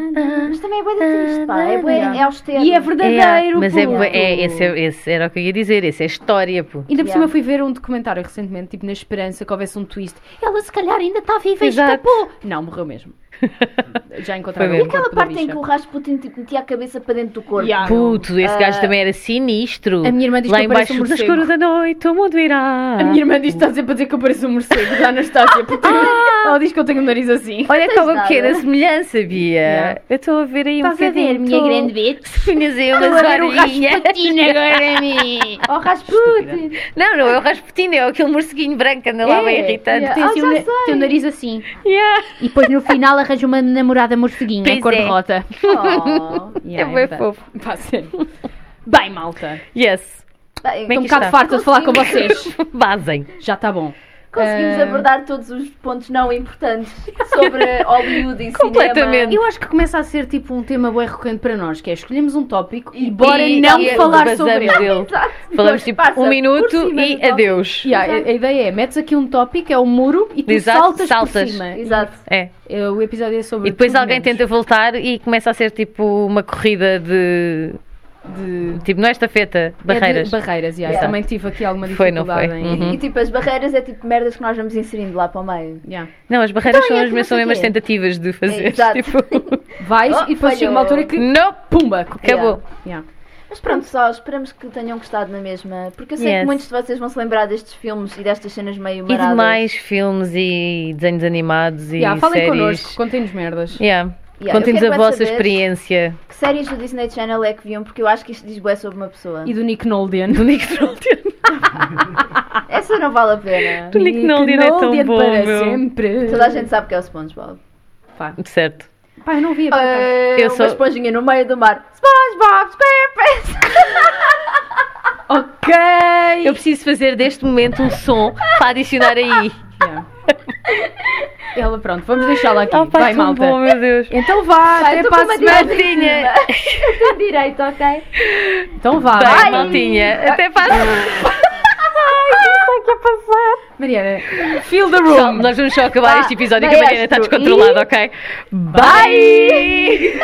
Speaker 3: Mas também é bué da triste, pá. É, bué,
Speaker 1: Yeah.
Speaker 3: é austero.
Speaker 1: E é verdadeiro,
Speaker 2: É, mas é,
Speaker 1: puto.
Speaker 2: é, esse, é- esse era o que eu ia dizer, esse é história, pô.
Speaker 1: Ainda por
Speaker 3: Yeah.
Speaker 1: cima fui ver um documentário recentemente, tipo, na esperança que houvesse um twist. é
Speaker 4: Ela se calhar ainda
Speaker 3: tá
Speaker 4: está viva e
Speaker 3: é
Speaker 2: Exato.
Speaker 4: escapou.
Speaker 1: Não, morreu mesmo. Já encontraram
Speaker 2: Foi
Speaker 1: o
Speaker 2: mesmo.
Speaker 1: corpo
Speaker 3: Aquela
Speaker 1: da
Speaker 3: parte em
Speaker 1: bicha.
Speaker 3: que o Rasputin tipo, metia a cabeça para dentro do corpo.
Speaker 1: Yeah.
Speaker 2: Puto, esse gajo também era sinistro.
Speaker 1: A minha irmã diz
Speaker 2: Lá
Speaker 1: que eu pareço
Speaker 2: embaixo,
Speaker 1: um
Speaker 2: no
Speaker 1: morcego.
Speaker 2: escuro da noite, o mundo irá.
Speaker 1: A minha irmã diz que está sempre a dizer que eu pareço um morcego da Anastácia, porque ela diz que eu tenho um nariz assim.
Speaker 2: Olha
Speaker 3: Não
Speaker 2: qual
Speaker 3: tens
Speaker 2: a pequena
Speaker 3: nada.
Speaker 2: semelhança, Bia.
Speaker 1: Yeah.
Speaker 2: Eu estou a ver aí um
Speaker 4: Estás a ver,
Speaker 2: bocadinho.
Speaker 4: minha
Speaker 2: tô- assim,
Speaker 4: grande bitch?
Speaker 2: Punhas aí umas
Speaker 4: Estou a ver o
Speaker 2: varinhas.
Speaker 4: rasputinho agora a mim.
Speaker 3: Oh, Rasputin!
Speaker 2: Não, não, é o Rasputin, é aquele morceguinho branco, anda lá bem irritante.
Speaker 4: Tem
Speaker 3: Ah,
Speaker 4: assim
Speaker 3: já
Speaker 4: um na-
Speaker 3: sei.
Speaker 4: tem um nariz assim.
Speaker 2: Yeah.
Speaker 4: E depois no final arranja uma namorada morceguinha,
Speaker 2: Pois é.
Speaker 4: cor de rota.
Speaker 3: Oh.
Speaker 2: É bem fofo.
Speaker 1: Pá, sério. Bem, malta.
Speaker 2: Yes.
Speaker 3: Bem,
Speaker 1: Estou
Speaker 2: Bem
Speaker 1: um
Speaker 2: Aqui
Speaker 1: bocado
Speaker 2: está.
Speaker 1: farta de falar com vocês.
Speaker 2: Basem.
Speaker 1: Já está bom.
Speaker 3: Conseguimos
Speaker 1: Eh,
Speaker 2: Ah.
Speaker 3: abordar todos os pontos não importantes sobre Hollywood e
Speaker 2: Completamente.
Speaker 3: cinema.
Speaker 1: Eu acho que começa a ser tipo um tema bem recorrente para nós, que é escolhemos um tópico e bora não
Speaker 2: e
Speaker 1: falar
Speaker 2: basamos
Speaker 1: sobre ele.
Speaker 2: dele.
Speaker 3: Exato.
Speaker 2: Falamos
Speaker 3: Depois
Speaker 2: tipo
Speaker 3: passa
Speaker 2: um
Speaker 3: por
Speaker 2: minuto
Speaker 3: cima do
Speaker 2: e
Speaker 3: tópico.
Speaker 2: adeus.
Speaker 1: Yeah, a, a ideia é, metes aqui um tópico, é o muro, e tu
Speaker 2: Exato,
Speaker 1: saltas, por
Speaker 2: saltas.
Speaker 1: cima.
Speaker 3: Exato.
Speaker 2: É.
Speaker 1: É, O episódio é sobre
Speaker 2: E depois
Speaker 1: tudo
Speaker 2: alguém
Speaker 1: menos
Speaker 2: tenta voltar e começa a ser tipo uma corrida de.
Speaker 1: de-
Speaker 2: Tipo, não é estafeta,
Speaker 1: É de
Speaker 2: barreiras.
Speaker 1: barreiras, yeah. Eu
Speaker 2: Exato.
Speaker 1: também tive aqui alguma
Speaker 2: Foi,
Speaker 1: dificuldade
Speaker 2: não foi?
Speaker 1: em...
Speaker 2: Uhum.
Speaker 3: E tipo, as barreiras é tipo merdas que nós vamos inserindo lá para o meio.
Speaker 1: Yeah.
Speaker 2: Não, as barreiras
Speaker 3: Então,
Speaker 2: são,
Speaker 3: e
Speaker 2: as,
Speaker 3: aqui não
Speaker 2: são
Speaker 3: sei
Speaker 2: mesmo as
Speaker 3: quê.
Speaker 2: tentativas de fazer.
Speaker 3: Exato.
Speaker 2: Tipo,
Speaker 1: Vais
Speaker 3: Oh,
Speaker 1: e depois chega uma
Speaker 3: falhou.
Speaker 1: altura que...
Speaker 2: nope,
Speaker 1: Pumba!
Speaker 2: acabou.
Speaker 1: Yeah.
Speaker 3: Mas pronto, só esperamos que tenham gostado na mesma, porque eu sei
Speaker 2: Yes.
Speaker 3: que muitos de vocês vão se lembrar destes filmes e destas cenas meio
Speaker 2: E
Speaker 3: maradas.
Speaker 2: de mais filmes e desenhos animados e
Speaker 1: Yeah, falem
Speaker 2: séries.
Speaker 1: connosco, contem-nos merdas.
Speaker 2: Yeah.
Speaker 3: Yeah,
Speaker 2: Contem-nos
Speaker 3: eu
Speaker 2: a
Speaker 3: quero bué
Speaker 2: vossa
Speaker 3: saber
Speaker 2: experiência.
Speaker 3: Que séries do Disney Channel é que viam? Porque eu acho que isto diz bué sobre uma pessoa.
Speaker 1: E do Nick Noldian.
Speaker 2: Do Nick Nolte.
Speaker 3: Essa não vale a pena.
Speaker 2: Do Nick Noldian é tão bom,
Speaker 1: para
Speaker 2: meu.
Speaker 1: sempre.
Speaker 3: Toda a gente sabe que é o SpongeBob.
Speaker 1: Pá,
Speaker 2: Certo.
Speaker 1: pá, eu não vi a
Speaker 3: É,
Speaker 2: Eu
Speaker 3: uma
Speaker 2: sou-
Speaker 3: esponjinha no meio do mar. SpongeBob SquarePants!
Speaker 1: Ok!
Speaker 2: Eu preciso fazer deste momento um som para adicionar aí.
Speaker 1: Yeah. Ela, pronto, vamos deixá-la aqui.
Speaker 2: Oh, pá,
Speaker 1: Vai,
Speaker 2: tão
Speaker 1: malta.
Speaker 2: bom, meu Deus.
Speaker 1: Então vá,
Speaker 3: Vai,
Speaker 1: até
Speaker 3: tu
Speaker 1: para a
Speaker 3: com uma
Speaker 1: semana.
Speaker 2: Maltinha.
Speaker 3: Tem direito, ok?
Speaker 1: Então vá.
Speaker 2: Bem,
Speaker 1: vai.
Speaker 2: maltinha. Até para.
Speaker 1: Mariana, feel the
Speaker 2: Pessoal,
Speaker 1: room.
Speaker 2: nós vamos só acabar
Speaker 3: Vá,
Speaker 2: este episódio que
Speaker 3: vai
Speaker 2: a Mariana está
Speaker 3: esta.
Speaker 2: descontrolada, ok? Bye.